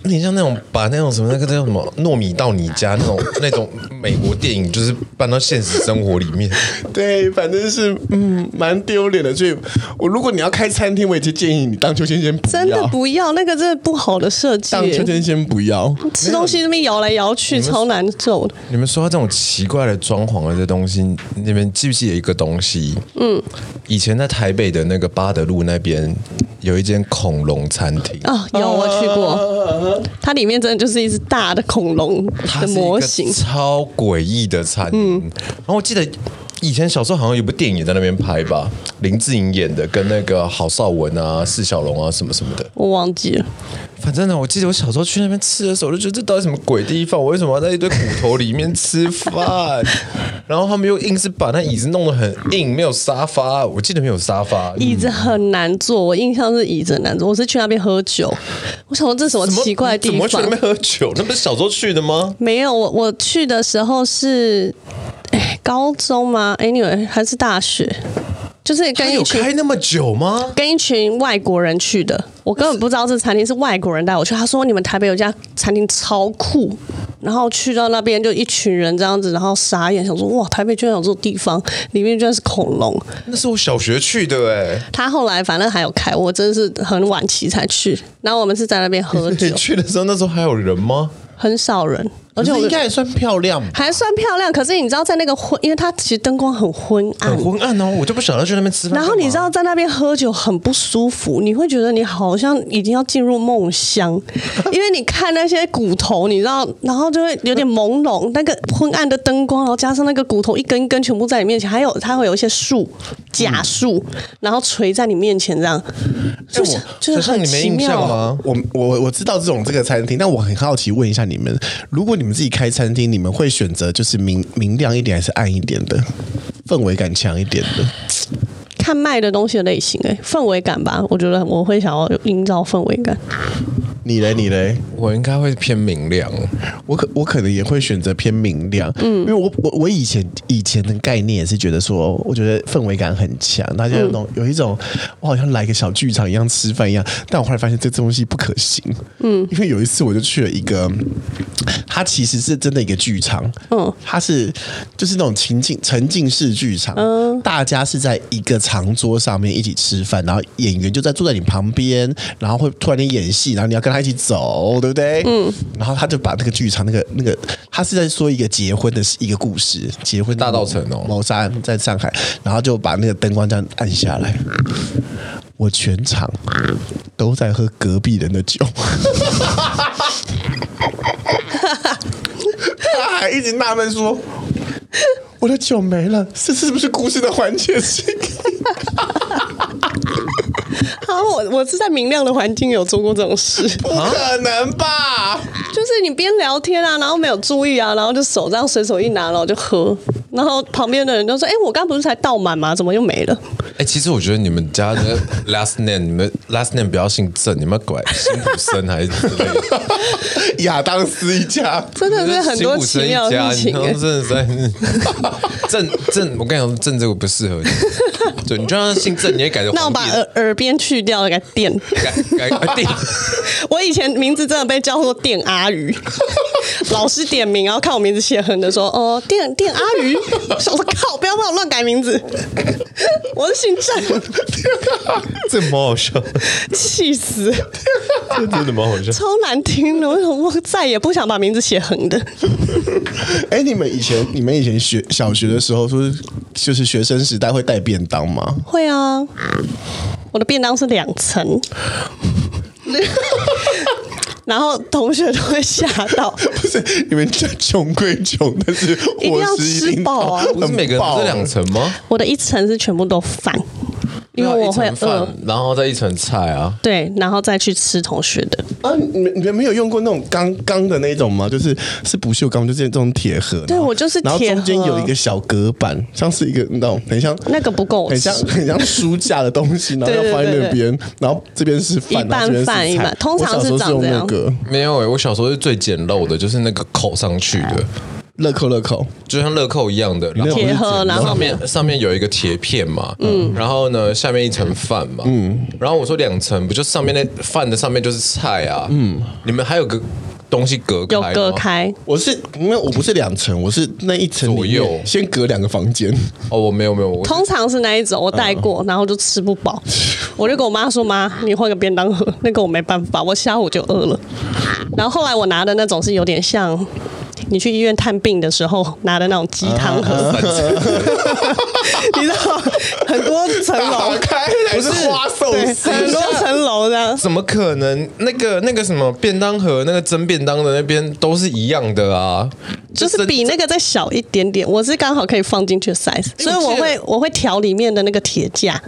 A: 你很像那种把那种什么那个叫什么糯米到你家那种那种美国电影，就是搬到现实生活里面。
C: 对，反正是嗯，蛮丢脸的。所以，我如果你要开餐厅，我也就建议你当秋千先不要，
B: 真的不要那个，真的不好的设计
C: 当秋
B: 耶。
C: 千先不要。
B: 吃东西那边摇来摇去，超难受的。
A: 你们说到这种奇怪的装潢的这东西，你们记不记得一个东西？嗯，以前在台北的那个八德路那边有一间恐龙餐厅，
B: 啊，有我去过，它里面真的就是一只大的恐龙
A: 它
B: 的
A: 是一
B: 模
A: 个
B: 型，嗯
A: 超诡异的餐厅。然后我记得以前小时候好像有部电影也在那边拍吧，林志颖演的，跟那个郝邵文啊、释小龙啊什么什么的。
B: 我忘记了。
A: 反正呢，我记得我小时候去那边吃的时候，我就觉得这到底什么鬼地方？我为什么要在一堆骨头里面吃 饭？然后他们又硬是把那椅子弄得很硬，没有沙发。我记得没有沙发，
B: 椅子很难坐，我印象是椅子很难坐。我是去那边喝酒，我想说这是什么
A: 怎么
B: 奇怪的
A: 怎
B: 地
A: 么会去那
B: 方啊
A: 边？喝酒？那不是小时候去的吗？
B: 没有，我我去的时候是哎高中吗？Anyway，还是大学，就是
A: 他
B: 跟
A: 有
B: 一群
A: 开那么久吗？
B: 跟一群外国人去的，我根本不知道这餐厅是外国人带我去。他说你们台北有家餐厅超酷，然后去到那边就一群人这样子，然后傻眼，想说哇，台北居然有这种地方，里面居然是恐龙。
A: 那是我小学去的哎、
B: 他后来反正还有开，我真是很晚期才去。然后我们是在那边喝
A: 你
B: 酒，
A: 去的时候，那时候还有人吗？
B: 很少人，而且
A: 可
B: 我
A: 是应该也算漂亮吧，
B: 还算漂亮。可是你知道，在那个昏，因为它其实灯光很昏暗，
A: 很昏暗哦，我就不想要去那边吃饭。
B: 然后你知，道在那边喝酒很不舒服，你会觉得你好像已经要进入梦乡，因为你看那些骨头，你知道，然后就会有点朦胧，那个昏暗的灯光，然后加上那个骨头一根一根全部在你面前，还有它会有一些树
A: 嗯
B: 假树，然后垂在你面前这样，就
A: 哎我
B: 是就是
A: 可是
B: 很
A: 你没
B: 奇
A: 印象
B: 妙。
A: 吗？
C: 我我我知道这种这个餐厅，但我很好奇问一下你们，如果你们自己开餐厅，你们会选择就是明明亮一点还是暗一点的，氛围感强一点的？
B: 看卖的东西的类型、欸，氛围感吧，我觉得我会想要营造氛围感。
C: 你嘞，你嘞？
A: 我应该会偏明亮，
C: 我可我可能也会选择偏明亮，嗯，因为我我我以前以前的概念也是觉得说，我觉得氛围感很强，大家有种、有一种我好像来个小剧场一样吃饭一样，但我后来发现这东西不可行，嗯，因为有一次我就去了一个，它其实是真的一个剧场，
B: 嗯
C: 嗯，它是就是那种情境沉浸式剧场，嗯，大家是在一个长桌上面一起吃饭，然后演员就在坐在你旁边，然后会突然间演戏，然后你要跟他一起走，对不对？嗯，然后他就把那个剧场那个那个，他是在说一个结婚的一个故事，结婚
A: 大道城哦
C: 谋杀案在上海，然后就把那个灯光这样按下来。我全场都在喝隔壁人的酒，他还一直纳闷说：“我的酒没了，这是不是故事的环节性？
B: 好，啊我我是在明亮的环境有做过这种 事。
C: 不可能
A: 啊
C: 吧？”
B: 就是你边聊天啊，然后没有注意啊，然后就手这样随手一拿，然后就喝，然后旁边的人就说：“哎、我刚不是才倒满吗？怎么又没了
A: 哎、其实我觉得你们家 的 last name，你们 last name 不要姓郑，你们要改辛普森还是之类 的，
C: 亚当斯一家？”
B: 真的是很
A: 辛
B: 多
A: 普
B: 奇
A: 森
B: 妙
A: 一家，
B: 的事
A: 你
B: 情、
A: 他
B: 哎
A: 们真的在 郑郑，我跟你讲，郑这个不适合你。对，你就让他姓郑，你也改成
B: 那我
A: 皇帝
B: 把耳耳边去掉，给它垫。
A: 改哎改改定。
B: 我以前名字真的被叫做电阿鱼， 老师点名，然后看我名字写横的说：“哦、电电阿鱼。” 我想说靠，不要帮我乱改名字， 我是姓郑，
A: 这蛮好笑，
B: 气死，
A: 这真的蛮好笑。
B: 超难听的，我想我再也不想把名字写 横的。
C: 哎、你们以前你们以前学小学的时候说，就是学生时代会带便当吗？
B: 会啊，我的便当是两 层。然后同学都会吓到，
C: 不是，你们家穷归穷，但是
B: 一定
C: 伙
B: 要
C: 食一
B: 吃
C: 定
B: 饱啊！
A: 不是每个人都是两层吗？
B: 我的一层是全部都饭，因为我会
A: 一层
B: 饿
A: 饭，，然后再一层菜啊。
B: 对，然后再去吃同学的。
C: 啊！你们你们没有用过那种钢钢的那种吗？就是是不锈钢，就是这种铁盒。
B: 对
C: 然后
B: 我就是
C: 然后
B: 铁
C: 中间
B: 盒
C: 有一个小隔板，像是一个你知道，很像
B: 那个不够我
C: 很像
B: 吃
C: 很像书架的东西，然后
B: 对对
C: 要放在那
B: 对
C: 边，然后这边是饭，
B: 一
C: 然后
B: 半
C: 这边是
B: 饭
C: 菜
B: 一半通
C: 我
B: 常
C: 小
B: 是
C: 时候是
B: 长
C: 用
B: 这
C: 那
B: 样
C: 个
A: 没有诶、哎我小时候是最简陋的，就是那个扣上去的，
C: 乐扣乐扣，
A: 就像乐扣一样的，然后
B: 铁盒，然后
A: 上面上面有一个铁片嘛，嗯，然后呢下面一层饭嘛，嗯，然后我说两层，不就上面那饭的上面就是菜啊，嗯，你们还有个东西隔开吗
B: 有隔，开，
C: 我是因为我不是两层，我是那一层里
A: 左右
C: 面先隔两个房间，
A: 哦，我没有没有，我
B: 通常是那一种我带过，然后就吃不饱，我就跟我妈说：“妈，你换个便当盒。”那个我没办法，我下午就饿了。然后后来我拿的那种是有点像你去医院探病的时候拿的那种鸡汤
A: 啊
B: 盒，你知道很多层 楼
C: 打，开来是花寿
B: 对，
C: 司，
B: 很多层楼这样。
A: 怎么可能？那个那个什么便当盒，那个蒸便当的那边都是一样的啊，
B: 就是比那个再小一点点，我是刚好可以放进去的 size，所以我会我会调里面的那个铁架，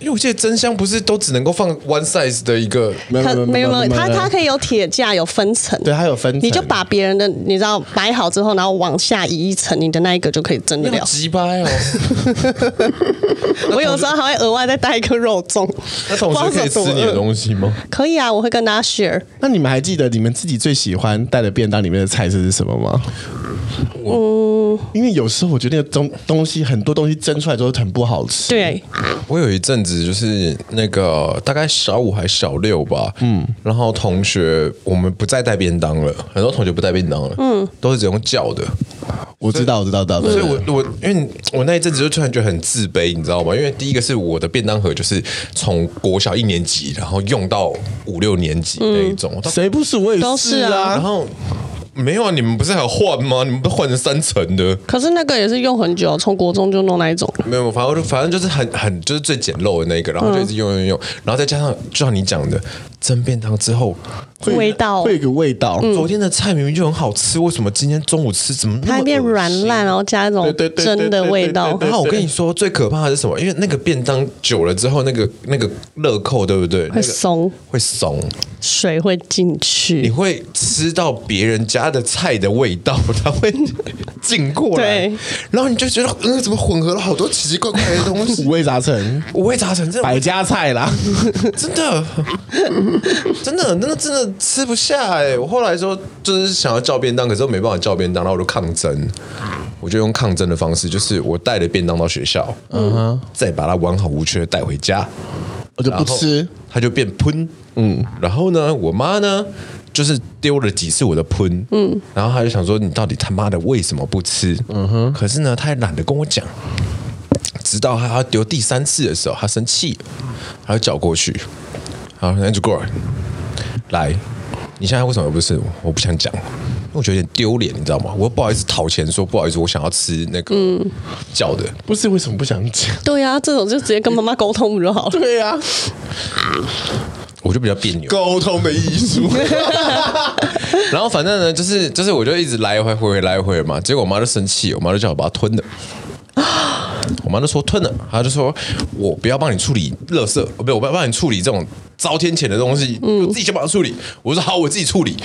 A: 因为我记得真香不是都只能够放 one size 的一个，
C: 没
B: 它
C: 有
B: 没有没有，它它可
C: 以，
B: 以有铁架有分层，
C: 对，它有分层，
B: 你就把别人的你知道摆好之后，然后往下移一层，你的那一个就可以蒸得
A: 那
B: 了
A: 好。鸡掰哦，
B: 我有时候还会额外再带一个肉粽，
A: 那同学可以吃你的东西吗？
B: 可以啊，我会跟大家 share。
C: 那你们还记得你们自己最喜欢带的便当里面的菜色是什么吗？嗯，因为有时候我觉得那个东东西很多东西蒸出来之后很不好吃。，
B: 对，
A: 我有一阵子就是那个大概小五还小六吧，嗯，然后同学我们不再带便当了，很多同学不带便当了，嗯，都是只用叫的，
C: 我知道，我知道，知
B: 嗯
C: 道。
A: 所
C: 所
A: 以我我因为我那一阵子就突然觉得很自卑，你知道吗？因为第一个是我的便当盒就是从国小一年级，然后用到五六年级那一种，我到
C: 谁不是我也啊
B: 都是
C: 是
B: 啊
A: 然后没有啊，你们不是还有换吗？你们不是换成三层的？
B: 可是那个也是用很久，从国中就弄那一种了。
A: 没有，反正就反正就是很很就是最简陋的那一个，然后就一直用用用，然后再加上就像你讲的蒸便当之后，
E: 会
B: 味道
E: 会有一个味道，
B: 嗯
A: 昨天的菜明明就很好吃，为什么今天中午吃怎么那么
B: 它变
A: 恶心
B: 软烂，然后加一种
E: 对对对对
B: 真的味道
E: 对对对。
A: 然后我跟你说，最可怕的是什么？因为那个便当久了之后，那个那个乐扣，对不对？那个
B: 松
A: 会松，
B: 水会进
A: 你
B: 去，
A: 会吃到别人家的菜的味道， 它会进过来
B: 对，
A: 然后你就觉得，嗯，怎么混合了好多奇奇怪怪的东西？
C: 五味杂陈，
A: 五味杂陈，真的，
C: 百家菜啦。
A: 真的， 真的，那个真的吃不下哎、我后来说，就是想要叫便当，可是我没办法叫便当，然后我就抗争，我就用抗争的方式，就是我带了便当到学校，嗯哼，再把它完好无缺的带回家，
C: 我就不吃，
A: 它就变喷，嗯，然后呢，我妈呢就是丢了几次我的喷，嗯，然后她就想说你到底他妈的为什么不吃，嗯哼，可是呢，她也懒得跟我讲，直到她要丢第三次的时候，她生气了，她就叫我过去，好，那就过来，来，你现在为什么不吃？我不想讲。因为我觉得有点丢脸，你知道吗？我又不好意思讨钱说不好意思，我想要吃那个叫的，
C: 不是为什么不想讲？
B: 对呀、这种就直接跟妈妈沟通不就好了？
C: 对啊呀、
A: 我就比较别扭。
E: 沟通的艺术。
A: 然后反正呢，就是就是，我就一直来回回来回嘛，结果我妈就生气，我妈就叫我把它吞了。我妈就说吞了，她就说我不要帮你处理垃圾，不，我不要帮你处理这种遭天谴的东西，
B: 嗯
A: 我自己先把它处理。我说好，我自己处理，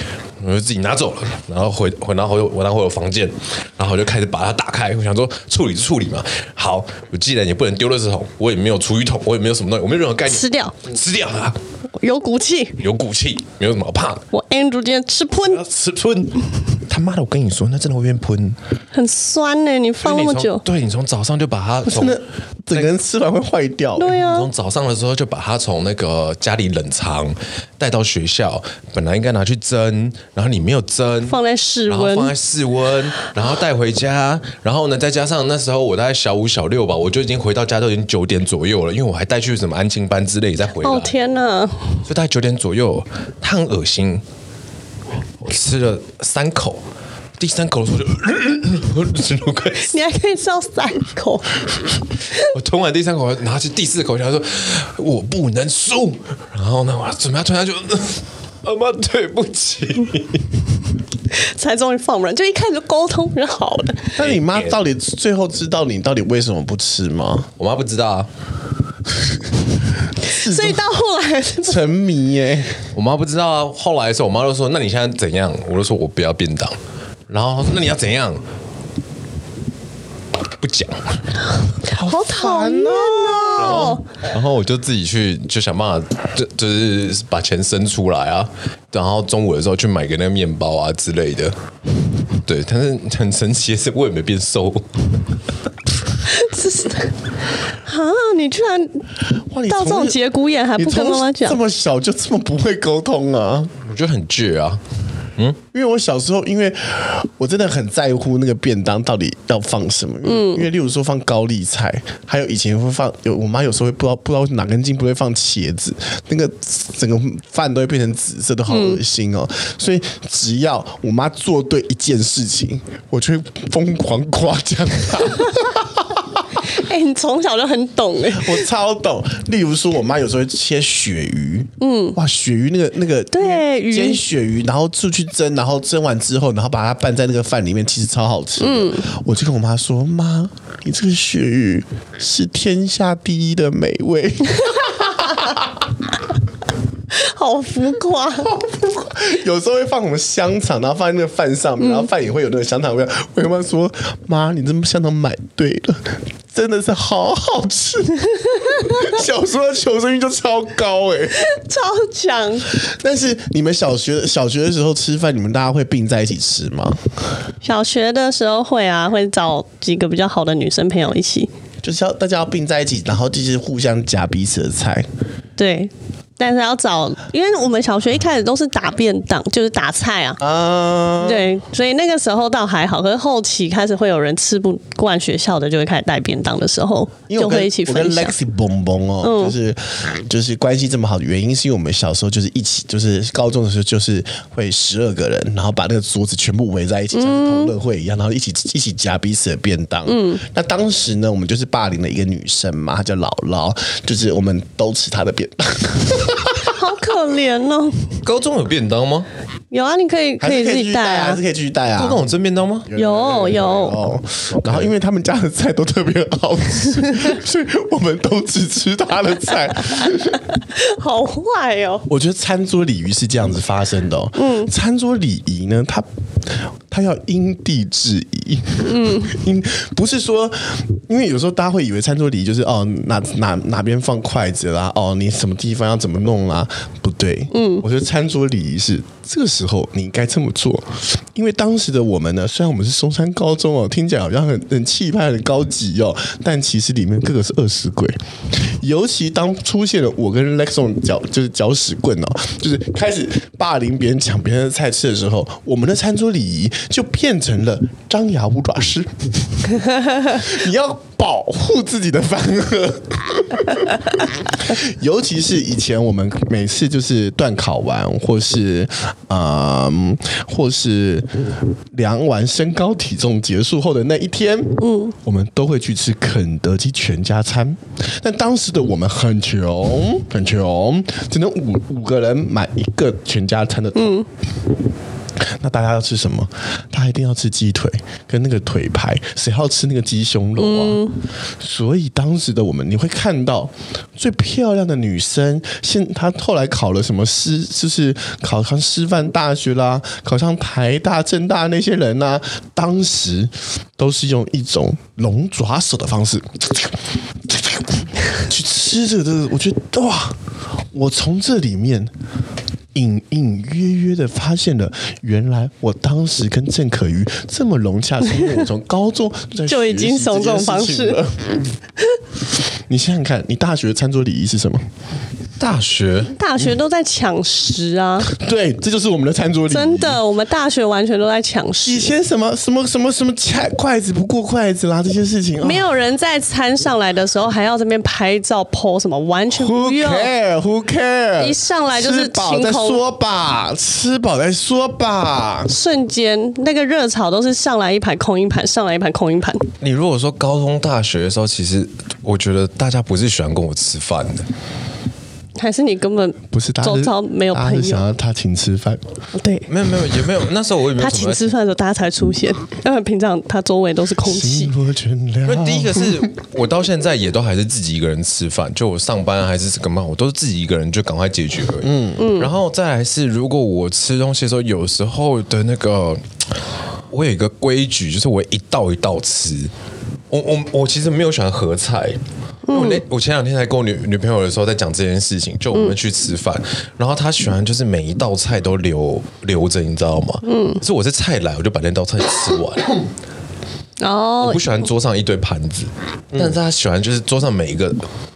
A: 我就自己拿走了，然后回回拿回我拿回我房间，然后我就开始把它打开，我想说处理就处理嘛，好，我既然也不能丢垃圾桶，我也没有厨余桶，我也没有什么东西，我没有任何概念，
B: 吃掉，
A: 吃掉它，
B: 有骨气。
A: 有骨气，没有什么好怕的。
B: 我 Andrew 今天吃喷
A: 要吃喷。他妈的，我跟你说，那真的会变喷。
B: 很酸呢、你放那么久，
A: 对你从早上就把它从
C: 真的整个人吃完会坏掉。
B: 对
A: 你
B: 啊，
A: 从早上的时候就把它从那个家里冷藏带到学校，本来应该拿去蒸，然后你没有蒸，
B: 放在室
A: 然后放在
B: 温，
A: 室温，然后带回家，然后呢，再加上那时候我大概小五小六吧，我就已经回到家都已经九点左右了，因为我还带去什么安亲班之类再回来。
B: 哦天哪，
A: 所以大概九点左右，它很恶心。我吃了三口，第三口的时候就， 我只能快死
B: 你还可以吃到三 口，
A: 我吞完第三口，拿起第四口，想说我不能输。然后呢，我准备要吞下去， 阿妈对不起。
B: 才终于放软。就一开始就沟通就好了，
C: 那你
E: 哎
C: 妈到底最后知道你到底为什么不吃吗？
A: 我妈不知道啊，
B: 所以到后来，
C: 沉迷耶、
A: 我妈不知道啊。后来的时候，我妈就说：“那你现在怎样？”我就说：“我不要便当。”然后她说：“那你要怎样？”不讲。
B: 好讨厌啊哦。
A: 然后我就自己去就想办法，就就是把钱生出来啊，然后中午的时候去买个那个面包啊之类的。对，但是很神奇的是，我也没变瘦。
B: 这是 啊！你居然
C: 哇，你
B: 到这种节骨眼还
C: 你
B: 不跟
C: 从
B: 妈妈讲
C: 这，么小就这么不会沟通啊？
A: 我觉得很倔啊，
C: 因为我小时候，因为我真的很在乎那个便当到底要放什么，嗯，因为例如说放高丽菜，还有以前会放，有我妈有时候会不知道不知道哪根筋不会放茄子，那个整个饭都会变成紫色，都好恶心
B: 嗯
C: 哦。所以只要我妈做对一件事情，我就会疯狂夸奖她。
B: 哎、你从小就很懂 哎、
C: 我超懂。例如说，我妈有时候会切鳕鱼，嗯，哇，鳕鱼那个那个
B: 对鱼
C: 煎鳕鱼，然后出去蒸，然后蒸完之后，然后把它拌在那个饭里面，其实超好吃。嗯，我就跟我妈说：“妈，你这个鳕鱼是天下第一的美味。
B: 好浮 夸，”
C: 有时候会放什么香肠，然后放在那个饭上面，然后饭也会有那个香肠味道。我跟妈说：“妈，你这香肠买对了。” 真的是好好吃， 小时候的求生欲就超高哎、
B: 超强！
C: 但是你们小学小学的时候吃饭，你们大家会并在一起吃吗？
B: 小学的时候会啊，会找几个比较好的女生朋友一起，
C: 就是要大家要并在一起，然后就是互相夹彼此的菜。
B: 对，但是要找，因为我们小学一开始都是打便当，就是打菜啊，
C: 啊，
B: 对，所以那个时候倒还好，可是后期开始会有人吃不惯学校的，就会开始带便当的时候，
C: 因为
B: 就
C: 我跟
B: 会一起
C: 我跟
B: 分享。嗯
C: Lexi 蹦蹦哦，就是就是关系这么好的原因，是因为我们小时候就是一起，就是高中的时候就是会十二个人，然后把那个桌子全部围在一起，像是同乐会一样，然后一起一起夹彼此的便当。嗯，那当时呢，我们就是霸凌了一个女生嘛，她叫姥姥，就是我们都吃她的便当，
B: 好可怜哦！
A: 高中有便当吗？
B: 有啊，你可以可
C: 还是
B: 以
C: 可
B: 自
C: 以继
B: 己
C: 续
B: 带
C: 带啊，还
B: 啊
C: 是。可以继续带
A: 高
C: 啊
A: 中。有真便当吗？
B: 有有，
C: 哦，然后因为他们家的菜都特别好 吃，所以我们都只吃他的菜。
B: 好坏哦！
C: 我觉得餐桌礼仪是这样子发生的、哦。嗯，餐桌礼仪呢，它它要因地制宜。嗯， 因不是说，因为有时候大家会以为餐桌礼仪就是哦哪哪哪边放筷子啦，哦你什么地方要怎么弄啦，不对。嗯，我觉得餐桌礼仪是这个时候你应该这么做，因为当时的我们呢，虽然我们是松山高中哦，听起来好像很很气派、很高级哦，但其实里面各个是饿死鬼。尤其当出现了我跟 Lexon 搅就是搅屎棍哦，就是开始霸凌别人、抢别人的菜吃的时候，我们的餐桌礼仪就变成了张牙舞爪式。 你要保护自己的饭盒， 尤其是以前我们每次就是断考完，或是啊、嗯或是量完身高体重结束后的那一天，嗯，我们都会去吃肯德基全家餐。但当时的我们很穷，很穷，只能五五个人买一个全家餐的桶。那大家要吃什么？大家一定要吃鸡腿跟那个腿排，谁要吃那个鸡胸肉啊？所以当时的我们，你会看到最漂亮的女生，现她后来考了什么师，就是考上师范大学啦，考上台大、政大那些人呐、当时都是用一种龙爪手的方式去吃这个，这个我觉得哇，我从这里面。隐隐约约的发现了，原来我当时跟郑可瑜这么融洽，是因为我从高中就在
B: 就已经
C: 学习
B: 从这种
C: 件
B: 方
C: 事情
B: 式
C: 了。你想想看，你大学的餐桌礼仪是什么？
A: 大学
B: 大学都在抢食 啊，
C: 对，这就是我们的餐桌礼仪。
B: 真，的，我们大学完全都在抢
C: 以
B: 食，
C: 前什么什么什么什么筷筷子不过筷子啦，这些事情啊
B: 没。有人在餐上来的时候还要这边拍照 po 什么，完全
C: Who
B: 不用。
C: care? Who care?
B: 一上来就是
C: 吃饱
B: 晴
C: 再
B: 空
C: 说吧，吃饱再说吧。
B: 瞬间，那个热潮都是上来一盘空一盘，上来一盘空一盘。
A: 你如果说高中、大学的时候，其实我觉得大家不是喜欢跟我吃饭的，
B: 还是你根本
C: 不是，大家
B: 周
C: 是
B: 遭没有
C: 大家
B: 朋
C: 是想
B: 友，
C: 要他请吃饭。
B: 对。
A: 没有没有也没有，那时候我也没
B: 他
A: 有什
B: 请
A: 么。嗯
B: 吃饭的时候，大家才出现，要不然平常他周围都是空气
C: 心。若倦
A: 因为
C: 了。
A: 第一个是我到现在也都还是自己一个人吃饭，就我上班啊还是干嘛，我都是自己一个人就赶快解决而已。嗯嗯。然后再来是，如果我吃东西的时候，有时候的那个，我有一个规矩，就是我一道一道吃。我我我其实没有喜欢合菜。因为我那我前两天才跟我女女朋友的时候在讲这件事情，就我们去吃饭，然后她喜欢就是每一道菜都留留着，你知道吗？嗯，可是我是菜来，我就把那道菜吃完。
B: 哦
A: 我不，喜欢桌上一堆盘子，
C: 嗯
A: 但是他喜欢就是桌上每一个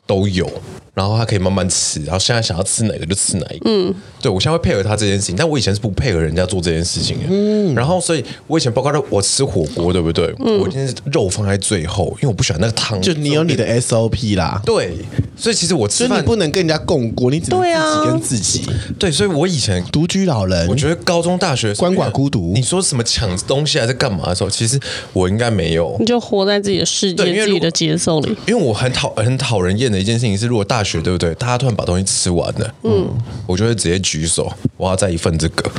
A: 都有，然后他可以慢慢吃，然后现在想要吃哪个就吃哪一个。嗯，对我现在会配合他这件事情，但我以前是不配合人家做这件事情的。嗯，然后所以我以前包括我吃火锅，对不对？我一定是肉放在最后，因为我不喜欢那个汤。
C: 嗯就你有你的 SOP 啦，
A: 对，所以其实我
C: 所
A: 吃
C: 以你
A: 饭
C: 不能跟人家共锅，你只能
B: 对啊
C: 自己跟自己。
A: 对，所以我以前。
C: 独居老人，
A: 我觉得高中、大学
C: 嗯鳏寡孤独
A: 你说什么抢东西还是干嘛的时候，其实我应该没有
B: 你，就活在自己的世界
A: 对因、为
B: 自
A: 如
B: 己的节奏里。
A: 因为我很讨很讨人厌的一件事情是，如果大学对不对，大家突然把东西吃完了，嗯，我就会直接举手，我要再一份这个。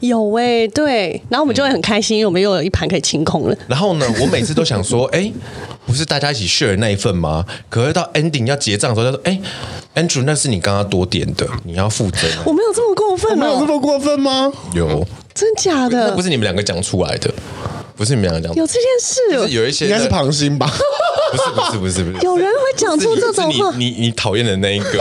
B: 有诶、
A: 欸
B: 对，然后我们就会很开心，因为我们又有一盘可以清空了。
A: 然 后呢，我每次都想说，哎、不是大家一起 share 那一份吗？可是到 ending 要结账的时候，他说，哎、a n d r e w 那是你刚刚多点的，你要负责。
B: 我没有这么过分
C: 没有这
B: 哦，
C: 么过分吗？
A: 有，
B: 真
A: 那
B: 假的
A: 不？是你们两个讲出来的，不是你们两个讲，
B: 有这件
A: 就是
B: 事？
A: 有一些
C: 应该是旁心吧？
A: 不是不是不是不是，
B: 有人会讲出这种话
A: 是？你你你讨厌的那一个，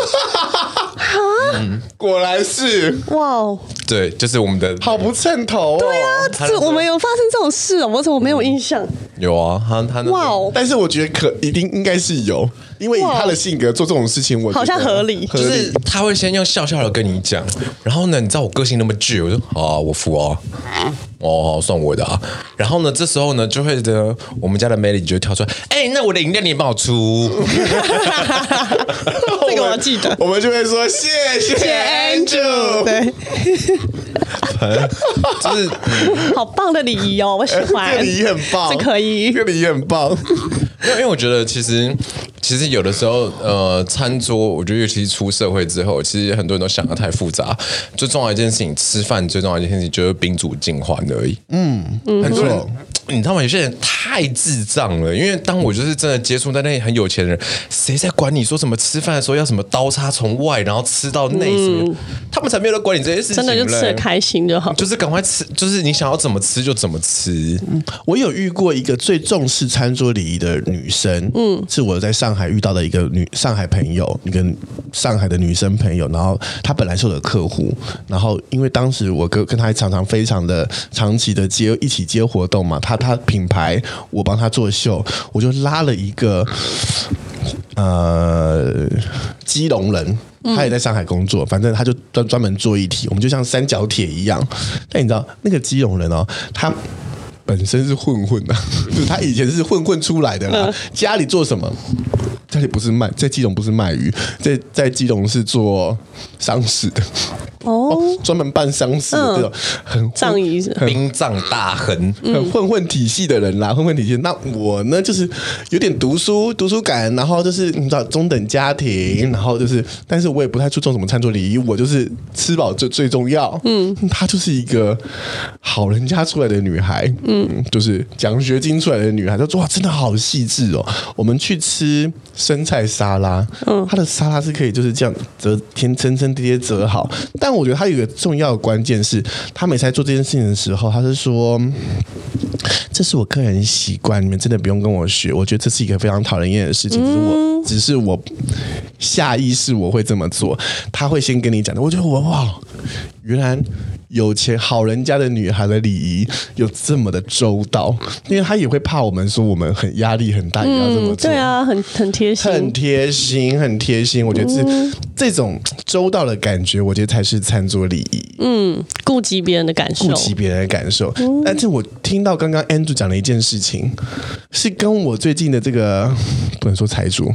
C: 果然是，
B: 哇哦！
A: 对，就是我们的
C: 好不称头、哦。对啊，
A: 他嗯
B: 是我们有发生这种事哦，我怎么没有印象？
A: 有啊，他他那时候
B: 哇哦！
C: 但是我觉得可一定应该是有，
E: 因为以他的性格做这种事情，我觉得
B: 好像合理
E: 合
A: 就是
E: 理。
A: 他会先用笑笑的跟你讲，然后呢，你知道我个性那么倔，我就好啊，我服啊，哦，好算我的啊。然后呢，这时候呢，就会的，我们家的 Melly 就会跳出来，哎、那我的饮料你也帮我出，
B: 这个我要记得。
E: 我们就会说谢谢
B: 谢谢
A: 哦
E: Andrew，
B: 对，
A: 就是
B: 好棒的礼仪哦，我喜 欢。
E: 这个礼很棒，
B: 这可以
E: 这个礼很棒。
A: 没有，因为我觉得其实其实有的时候，呃，餐桌，我觉得尤其是出社会之后，其实很多人都想的太复杂。最重要一件事情，吃饭最重要一件事情就是宾主尽欢而已。嗯，很多人。你知道吗？有些人太智障了，因为当我就是真的接触在那些很有钱的人，谁在管你说什么吃饭的时候要什么刀叉从外然后吃到内什么？他们才没有在管你这些事情
B: 嗯真
A: 嘞。
B: 的就吃的开心就好。
A: 就是赶快吃，就是你想要怎么吃就怎么吃。
C: 我有遇过一个最重视餐桌礼仪的女生，嗯，是我在上海遇到的一个女上海朋友，一个上海的女生朋友。然后她本来是我的客户，然后因为当时我跟跟她常常非常的长期的接一起接活动嘛，她她品牌我帮她做秀，我就拉了一个呃基隆人。他也在上海工作，反正他就专专门做一体，我们就像三角铁一样。但你知道那个基隆人哦，他本身是混混啊，就是他以前是混混出来的啦。家里做什么？家里不是卖，在基隆不是卖鱼，在在基隆是做丧事的，
B: 哦，
C: 专门办丧事的这种、很混啊
B: 葬仪是
A: 殡葬大亨，
C: 很混混体系的人啦，混混体系。那我呢，就是有点读书读书感，然后就是你知道中等家庭，然后就是，但是我也不太注重什么餐桌礼仪，我就是吃饱最最重要。嗯，她就是一个好人家出来的女孩，嗯，就是奖学金出来的女孩，她说哇，真的好细致哦。我们去吃生菜沙拉，嗯，她的沙拉是可以就是这样折天层层叠叠折好，但我觉得她有一个重要的关键是，她每次在做这件事情的时候，她是说。这是我个人习惯，你们真的不用跟我学。我觉得这是一个非常讨人厌的事情，
B: 嗯
C: 只是我，只是我下意识我会这么做。他会先跟你讲的，我觉得我哇，原来有钱好人家的女孩的礼仪有这么的周到，因为他也会怕我们说我们很压力很大，也要这么
B: 嗯，
C: 做。
B: 对啊，很很贴
C: 很
B: 心。
C: 贴心，很贴心，我觉得这、这种周到的感觉，我觉得才是餐桌礼仪。
B: 嗯，顾及别人的感受
C: 顾。及别人的感受。但是我听到刚刚 Andrew 讲的一件事情，是跟我最近的这个不能说财主，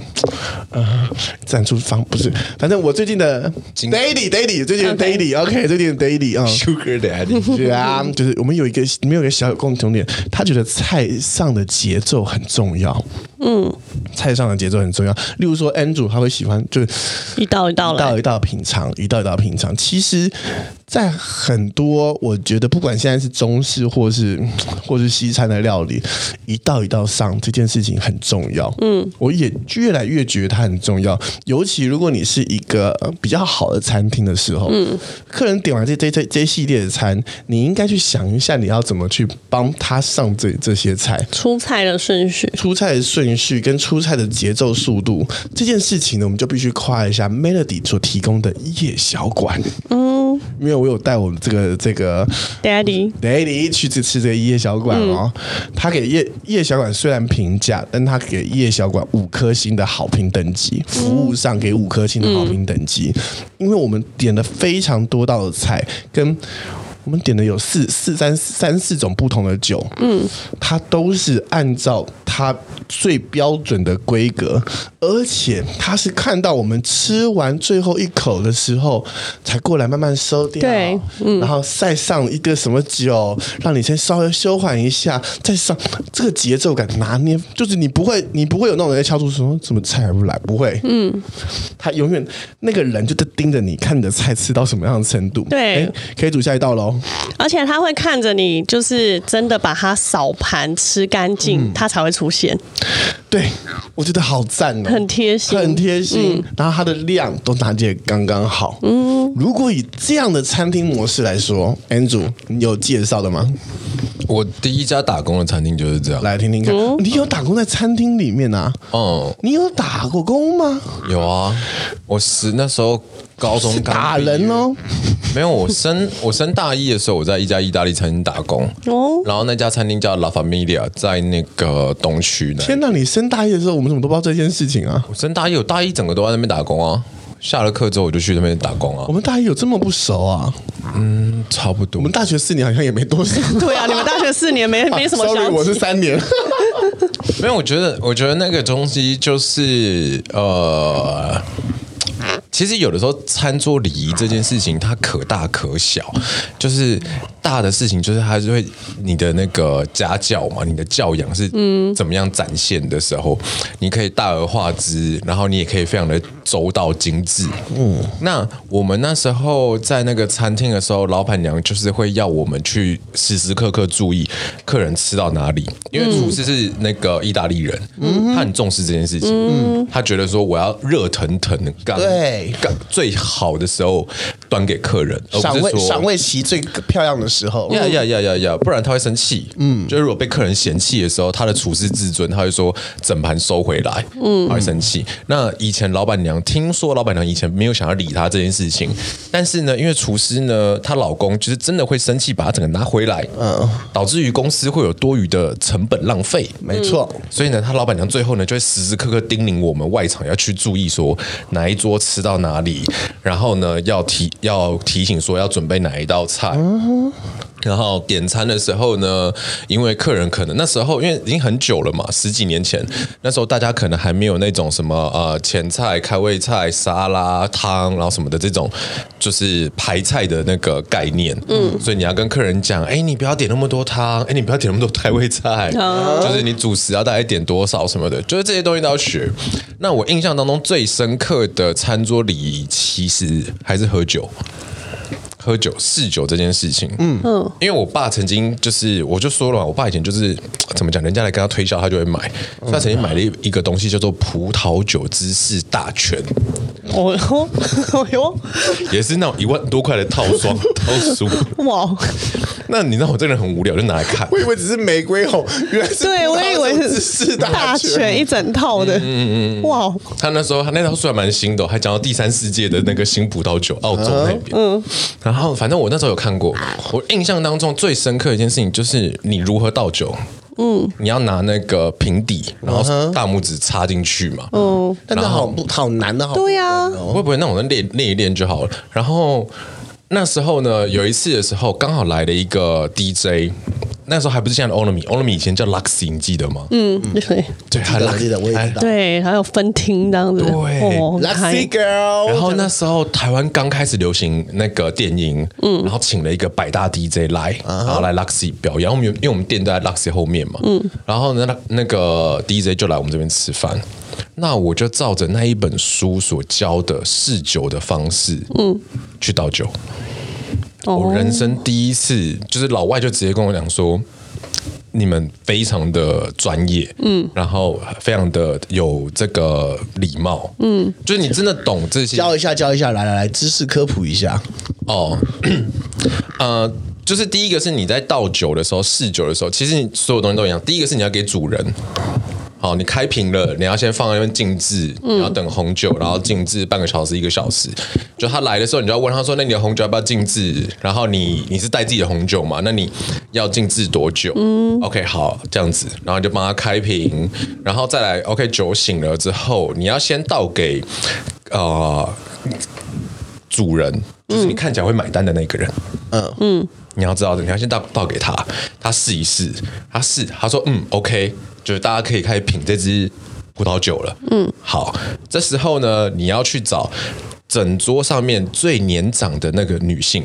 C: 呃，赞助方不是，反正我最近的 daily daily 最近的
B: OK
C: daily OK 最近的 daily 啊、
A: Sugar Daddy。
C: 对啊，就是我们有一个没有一个小共同点，他觉得菜上的节奏很重要。嗯，菜上的节奏很重要。例如说，Andrew 他会喜欢就是
B: 一道一道来
C: 一道一道品尝，一道一道品尝。其实，在很多我觉得不管现在是中式或是或是西餐的料理，一道一道上这件事情很重要。嗯，我也越来越觉得它很重要。尤其如果你是一个呃比较好的餐厅的时候，嗯，客人点完这这这这一系列的餐，你应该去想一下你要怎么去帮他上这这些菜。
B: 出菜的顺序。
C: 出菜的顺序跟出菜的节奏速度这件事情呢，我们就必须夸一下 Melody 所提供的夜小馆。嗯，因为我有带我们这个这个嗯
B: Daddy，
C: Daddy 去吃吃这个夜小馆哦，他给夜夜小馆虽然评价，但他给夜小馆五颗星的好评等级，服务上给五颗星的好评等级，因为我们点了非常多道的菜跟。我们点的有四四三三四种不同的酒，嗯，它都是按照它最标准的规格，而且它是看到我们吃完最后一口的时候才过来慢慢收掉，
B: 对
C: 然后再上一个什么酒，让你先稍微休缓一下，再上这个节奏感拿捏，就是你不会，你不会有那种人在敲出说怎么菜还不来，不会，嗯，他永远那个人就在盯着你看你的菜吃到什么样的程度，
B: 对
C: 诶，可以煮下一道喽。
B: 而且他会看着你，就是真的把它扫盘吃干净，他才会出现，
C: 对，我觉得好赞哦，
B: 很贴心嗯
C: 很贴心。然后它的量都拿捏得刚刚好。嗯，如果以这样的餐厅模式来说，Andrew，你有介绍的吗？
A: 我第一家打工的餐厅就是这样。
C: 来听听看。
B: 嗯
C: 你有打工在餐厅里面啊？
A: 嗯，
C: 你有打过工吗？
A: 有啊，我十那时候高中刚
C: 打
A: 毕业
C: 人哦，
A: 没有，我升 我升大一的时候，我在一家意大利餐厅打工。
B: 哦
A: 然后那家餐厅叫 La Famiglia，在那个东区那里。
C: 天哪！你升大一的时候，我们怎么都不知道这件事情 啊？
A: 我真大一，我大一整个都在那边打工啊。下了课之后我就去那边打工啊
C: 我，们大一有这么不熟啊？
A: 差不多
C: 我们大学四年好像也没多少。
B: 对啊，你们大学四年 没没 什么
C: 啊 Sorry，
B: 想
C: 我
B: 起
C: 是三 年。
A: 没有，我觉得，我觉得那个东西就是呃。其实有的时候，餐桌礼仪这件事情它可大可小，就是大的事情就是它就会你的那个家教嘛，你的教养是怎么样展现的时候，你可以大而化之，然后你也可以非常的周到精致。嗯，那我们那时候在那个餐厅的时候，老板娘就是会要我们去时时刻刻注意客人吃到哪里，因为厨师是那个意大利人，他很重视这件事情，他觉得说我要热腾腾的刚
E: 对
A: 刚最好的时候端给客人，而
E: 赏
A: 不
E: 味
A: 是说
E: 赏味期最漂亮的时候，
A: 呀呀呀呀呀，不然他会生气。哦嗯，就是如果被客人嫌弃的时候，他的厨师自尊，他会说整盘收回来，嗯，他会生气。那以前老板娘听说老板娘以前没有想要理他这件事情，但是呢，因为厨师呢，她老公就是真的会生气，把她整个拿回来，嗯，导致于公司会有多余的成本浪费。
E: 没错，
A: 所以呢，他老板娘最后呢，就会时时刻刻叮咛我们外场要去注意说哪一桌吃到哪里，然后呢要提要提醒说要准备哪一道菜。然后点餐的时候呢，因为客人可能那时候因为已经很久了嘛，十几年前，那时候大家可能还没有那种什么呃前菜、开胃菜、沙拉、汤，然后什么的这种就是排菜的那个概念。嗯，所以你要跟客人讲，哎，你不要点那么多汤，哎，你不要点那么多开胃菜，就是你主食要大概点多少什么的，就是这些东西都要学。那我印象当中最深刻的餐桌礼仪，其实还是喝酒。喝酒嗜酒这件事情，嗯嗯，因为我爸曾经就是，我就说了嘛，我爸以前就是怎么讲，人家来跟他推销，他就会买。所以他曾经买了一一个东西叫做葡萄酒知识大全，
B: 哦哟，哦哟，
A: 也是那种一万多块的套装 套书。
B: 哇！
A: 那你知道我这个人很无聊，就拿来看。
E: 我以为只是玫瑰 红，原来是
B: 对，我以为
E: 是
B: 是
E: 大
B: 大
E: 全。
B: 全一整套的，嗯嗯哇！
A: 他那时候他那套书还蛮新的哦，还讲到第三世界的那个新葡萄酒，澳洲那边。嗯，然后反正我那时候有看过，我印象当中最深刻的一件事情就是你如何倒酒。嗯，你要拿那个平底，然
E: 嗯
A: 后大拇指插进去嘛。嗯，
E: 但是好不好难的好，
B: 对啊呀，
A: 会不会那种人练练一练就好了？然后那时候呢，有一次的时候，刚好来了一个 DJ，那时候还不是现在的 Onomy，Onomy 以前叫 Luxy，你记得吗？嗯，
B: 嗯，对
A: 对，还
E: 记得记得我也
A: 哎
E: 知道。
B: 对，还有分厅这样子，
A: 对
B: 哦，
E: Luxy
B: 嗨
E: girl，
A: 然后那时候台湾刚开始流行那个电音，嗯，然后请了一个百大 DJ 来，然后来 Luxy 表演。我们有因为我们店都在 Luxy 后面嘛，嗯，然后呢，那那个 DJ 就来我们这边吃饭。那我就照着那一本书所教的试酒的方式，嗯，哦去倒酒。我人生第一次，就是老外就直接跟我讲说。你们非常的专业，嗯，然后非常的有这个礼貌，嗯，就是你真的懂这些
E: 教一下教一下，来来来，知识科普一下。
A: 哦， 呃，就是第一个是你在倒酒的时候、试酒的时候，其实你所有东西都一样。第一个是你要给主人，好，你开瓶了，你要先放在那边静置，你要等红酒，然后静置半个小时、一个小时。就他来的时候，你就要问他说：“那你的红酒要不要静置？”然后你你是带自己的红酒嘛？那你要静置多久？嗯，OK，好，这样子，然后你就帮他开瓶，然后再来，OK，酒醒了之后，你要先倒给呃主人，就是你看起来会买单的那个人。
E: 嗯
A: 你要知道的，你要先倒倒给他，他试一试，他试，他说嗯，OK，就是大家可以开始品这支葡萄酒了。嗯，好，这时候呢，你要去找整桌上面最年长的那个女性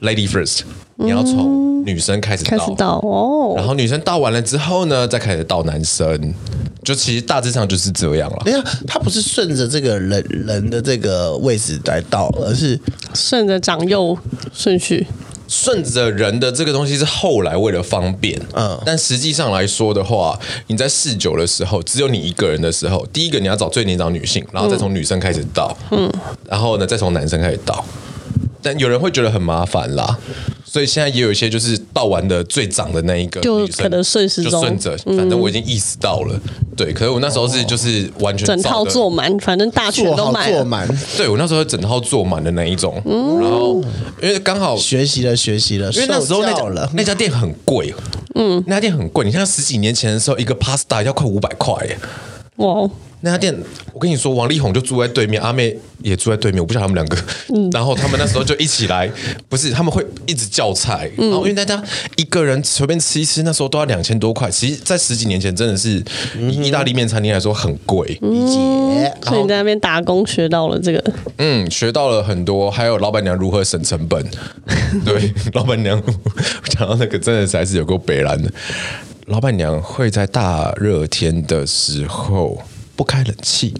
A: ，Lady First，你要从女生开始
B: 嗯开始倒
A: 然
B: 哦，
A: 后女生倒完了之后呢，再开始倒男生，就其实大致上就是这样了。
C: 哎
E: 等一下，他不是顺着这个人人的这个位置来倒，而是
B: 顺着长幼顺序，
A: 顺着人的这个东西是后来为了方便，嗯
E: 嗯，
A: 但实际上来说的话，你在试酒的时候，只有你一个人的时候，第一个你要找最年长女性，然后再从女生开始倒，嗯，然后呢再从男生开始倒，但有人会觉得很麻烦啦，所以现在也有一些就是倒完的最长的那一个
B: 就
A: 女生
B: 可能顺时
A: 就
B: 钟嗯
A: 顺着，反正我已经意识到了，对，可是我那时候是就是完全
B: 整套
A: 照着
B: 做满，反正大全
E: 做
B: 都
E: 好
B: 买
E: 做
B: 了，
E: 满，
A: 对我那时候整套做满的那一种，
B: 嗯
A: 然后因为刚好
E: 学习了学习了，
A: 因为那时候那
E: 受
A: 家
E: 教了。
A: 那家店很贵，嗯，那家店很贵。你像十几年前的时候，一个 pasta 要快五百块耶。
B: 哇，
A: 那家店，我跟你说，王力宏就住在对面，阿妹也住在对面，我不晓得他们两个。
E: 嗯
A: 然后他们那时候就一 起来，不是他们会一直叫菜，
E: 嗯
A: 然后因为大家一个人随便吃一吃，那时候都要两千多块。其实，在十几年前，真的是
E: 嗯
A: 以意大利面餐厅来说很贵。
B: 嗯所以你在那边打工学到了这个，
A: 嗯，学到了很多，还有老板娘如何省成本。对，老板娘讲到那个真的才是有够北蓝的。老板娘会在大热天的时候不开冷气，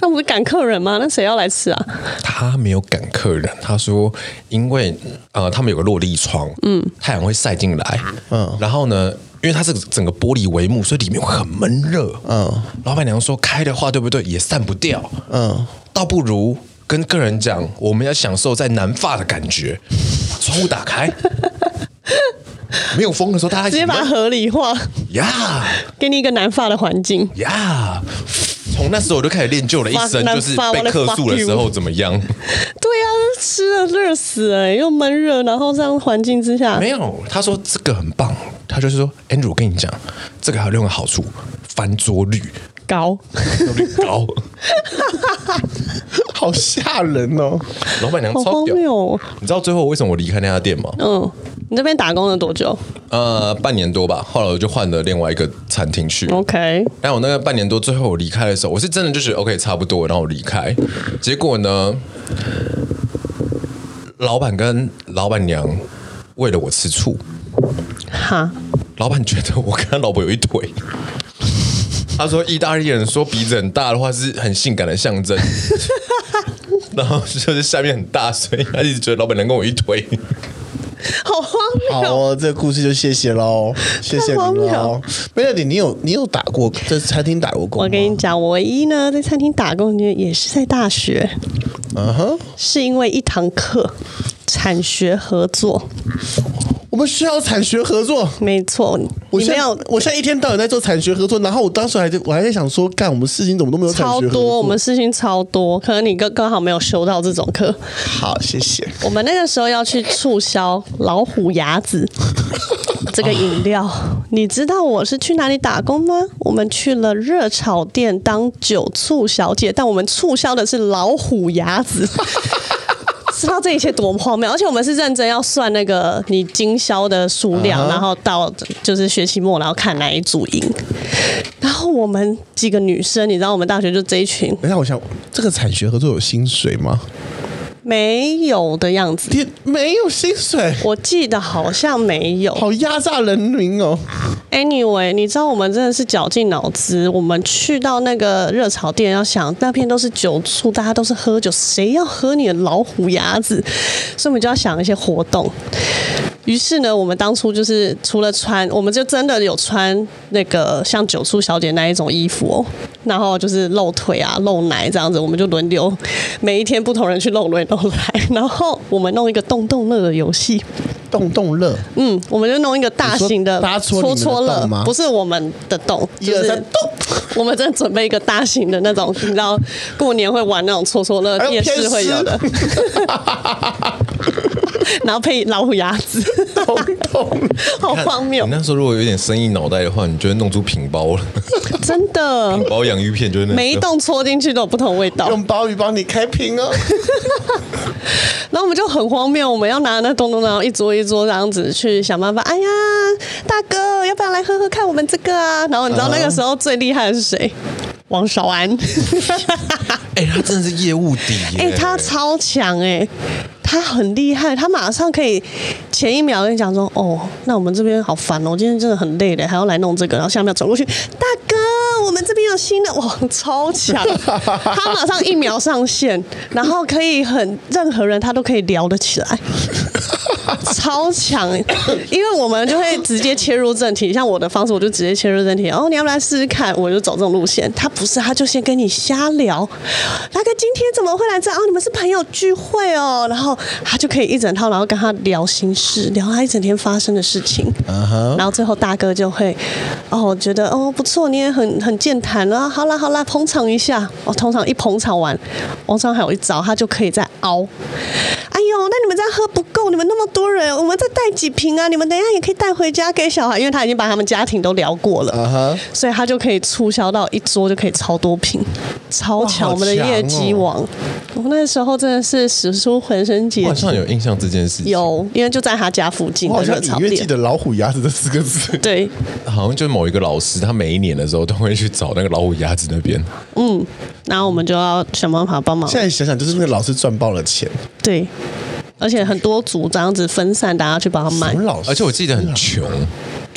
B: 那不是赶客人吗？那谁要来吃啊？
A: 她没有赶客人。她说，因为呃，他们有个落地窗，嗯，太阳会晒进来，嗯，然后呢。因为它是整个玻璃帷幕，所以里面会很闷热。嗯，老板娘说开的话，对不对？也散不掉。
C: 嗯，
A: 倒不如跟客人讲，我们要享受在南发的感觉， 把窗户打 开，没有风的时候，大家一
B: 直
A: 起
B: 接把它合理化，
A: 呀
B: 给你一个南法的环境。
A: 呀！从那时候我就开始练就了一身，
B: Fuck
A: 就是
B: 南法
A: 被客诉的时候怎么样？
B: 对呀、吃了热死了，欸又闷热，然后这样环境之下
A: 没，有，他说这个很棒，他就是说，Andrew，我跟你讲，这个还有另外一个好处，翻桌率
B: 高，
A: 翻桌率 高，
C: 好吓人 哦！
A: 老板娘
B: 好
A: 超
B: 荒
A: 屌。
B: 谬、哦。
A: 你知道最后为什么我离开那家店吗？
B: 嗯，你这边打工了多久
A: 呃，半年多吧，后来我就换了另外一个餐厅去。
B: 哦？OK，
A: 但我那个半年多，最后我离开的时候，我是真的就是 OK 差不多，然后我离开。结果呢，老板跟老板娘为了我吃醋，
B: 哈，
A: 老板觉得我跟他老婆有一 腿。他说意大利人说鼻子很大的话是很性感的象 征，然后就是下面很大，所以他一直觉得老板娘跟我一腿。
B: 好荒
C: 好
B: 谬。
C: 哦，这个故事就谢谢喽，谢谢
B: 荒
C: 你
B: 谬
C: 喽。Melody，你有你有打过在餐厅打过工吗？
B: 我跟你讲，我唯一呢在餐厅打工的也是在大学，
C: 嗯哼，
B: 是因为一堂课产学合作，
C: 我们需要产学合作。
B: 没错，
C: 我
B: 你
C: 现
B: 没
C: 在
B: 有
C: 我现在一天到晚在做产学合作，然后我当时还在我还在想说，干我们事情怎么都没有产
B: 超
C: 学合作？
B: 多，我们事情超多，可能你刚刚好没有修到这种课。
C: 好，谢谢。
B: 我们那个时候要去促销老虎牙子 这个饮料，你知道我是去哪里打工吗？我们去了热炒店当酒促小姐，但我们促销的是老虎牙子。 知道这一切多么荒谬，而且我们是认真要算那个你经销的数量然后到就是学期末，然后看哪一组赢。然后我们几个女生，你知道我们大学就这一群
C: 等一下，我想这个产学合作有薪水吗？
B: 没有的样子，
C: 天，没有薪水，
B: 我记得好像没有。
C: 好压榨人民哦。
B: Anyway，你知道我们真的是绞尽脑汁。我们去到那个热炒店，要想那边都是酒醋，大家都是喝酒，谁要喝你的老虎牙子？所以我们就要想一些活动。于是呢，我们当初就是除了穿，我们就真的有穿那个像酒醋小姐那一种衣服哦，然后就是露腿啊、露奶这样子，我们就轮流每一天不同人去露轮露奶，然后我们弄一个洞洞乐的游戏。
C: 动动乐，
B: 嗯，我们就弄一个大型的
C: 你说大家戳你
B: 搓
C: 们的
B: 搓乐
C: 洞吗，
B: 不是我们的洞，
C: 一
B: 就
C: 二
B: 是
C: 三动。
B: 我们真的准备一个大型的那种，你知道过年会玩那种搓搓乐
C: 哎，呦
B: 夜市会有的， 然后配老虎牙子，
C: 动动乐。
B: 好荒谬
A: 你，那时候如果有点生意脑袋的话，你就会弄出品包 了，
B: 真的，
A: 包洋芋片就是那时候
B: 每一洞搓进去都有不同味道。
C: 用鲍鱼帮你开瓶哦。
B: 然后我们就很荒谬，我们要拿那东东，然后一桌一桌这样子去想办法。哎呀，大哥，要不要来喝喝看我们这个啊？然后你知道那个时候最厉害的是谁？ 王少 安。
A: 哎、他真的是业务底、
B: 哎、他超强哎、他很厉害，他马上可以前一秒跟你讲说，哦，那我们这边好烦哦，我今天真的很累嘞，还要来弄这个，然后下一秒转过去，大哥，我们这边有新的，哇，超强， 他马上一秒上线，然后可以很任何人他都可以聊得起来。 超强，因为我们就会直接切入正题，像我的方式，我就直接切入正题。哦，你要不要来试试看？我就走这种路线。他不是，他就先跟你瞎聊。大哥，今天怎么会来这？哦，你们是朋友聚会哦。然后他就可以一整套，然后跟他聊心事，聊他一整天发生的事情。然后最后大哥就会，哦，觉得哦不错，你也很很健谈啊。好啦好啦，捧场一下。我、哦、通常一捧场完，王上还有一招，他就可以再凹。哎呦，么？那你们这样喝不够，你们那么多人，我们再带几瓶啊！你们等一下也可以带回家给小孩，因为他已经把他们家庭都聊过了所以他就可以促销到一桌就可以超多瓶，超强！我们的业绩王，我那时候真的是使出浑身解
A: 我好
B: 数
A: 像，有印象这件事情，
B: 有，因为就在他家附近
E: 我
B: 的
E: 好
B: 热
E: 像
B: 炒
E: 隐约记
B: 店，
E: 得“老虎牙子”这四个字。
B: 对，
A: 好像就某一个老师，他每一年的时候都会去找那个老虎牙子那边，
B: 嗯，然后我们就要想办法帮忙
E: 现，在想想，就是那个老师赚爆了钱，
B: 对，而且很多组这样子分散，大家去帮他买
E: 什么，老师？
A: 而且我记得很穷，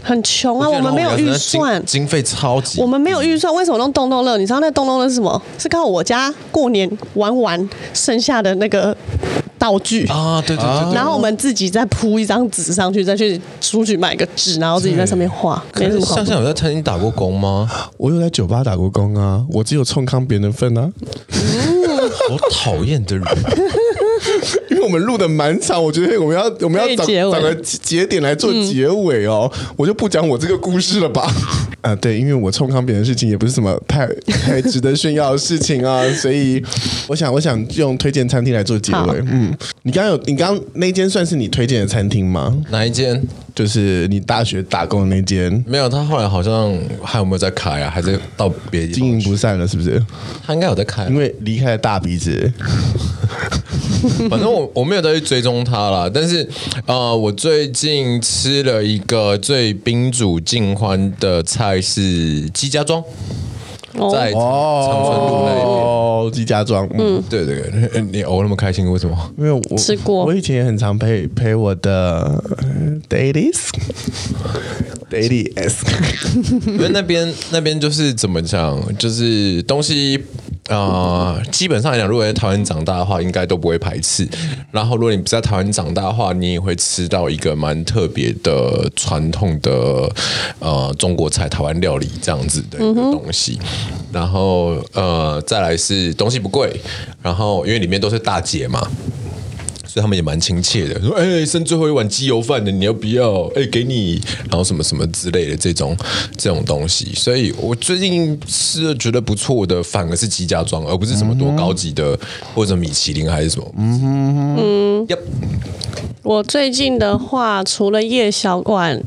B: 很穷哦啊，我们没有预算
A: 经。经费超级，
B: 我们没有预算，为什么弄冻冻乐？你知道那冻冻乐是什么？是刚好我家过年玩完剩下的那个道具，
A: 啊，对对对对，
B: 然后我们自己再铺一张纸上去，再去书局买个纸，然后自己在上面画，没什么好
A: 向向有在餐厅打过工 吗？
C: 我有在酒吧打过工啊，我只有冲康别人的份啊，
A: 好讨厌的人，
C: 因为我们录的蛮长，我觉得我们要我们
B: 可以
C: 要找
B: 结尾
C: 找个节点来做结尾哦，我就不讲我这个故事了吧。 啊，对，因为我冲康别人的事情也不是什么太 太值得炫耀的事情啊，所以我想我想用推荐餐厅来做结
B: 好
C: 尾。嗯，你刚刚有你刚刚那间算是你推荐的餐厅吗？
A: 哪一间？
C: 就是你大学打工的那间。
A: 没有，他后来好像还有没有在开啊？还是到别的地
C: 经
A: 方
C: 营
A: 去？
C: 不善了，是不是？
A: 他应该有在开啊
C: 因，为离开了大鼻子，
A: 反正我我没有再去追踪他啦，但是呃，我最近吃了一个最宾主尽欢的菜是鸡家庄，
B: 哦
A: 在长长春路那边。
C: 哦，季家庄，嗯，
A: 对对对，呃你偶那么开心，为什么？
C: 因为我
B: 吃过
C: 我以前也很常陪陪我的呃 dailies dailies，
A: 因为那边那边就是怎么讲，就是东西啊、呃基本上来讲，如果在台湾长大的话，应该都不会排斥。然后，如果你不在台湾长大的话，你也会吃到一个蛮特别的传统的呃中国菜、台湾料理这样子的一个东西。然后呃，再来是东西不贵，然后因为里面都是大姐嘛，所以他们也蛮亲切的，说：“哎、剩最后一碗鸡油饭的，你要不要？哎、给你，然后什么什么之类的这种这种东西。”所以，我最近吃的觉得不错的，反而是鸡家庄，而不是什么多高级
B: 嗯
A: 的或者米其林还是什么。嗯哼，yep,
B: 我最近的话，除了夜小馆，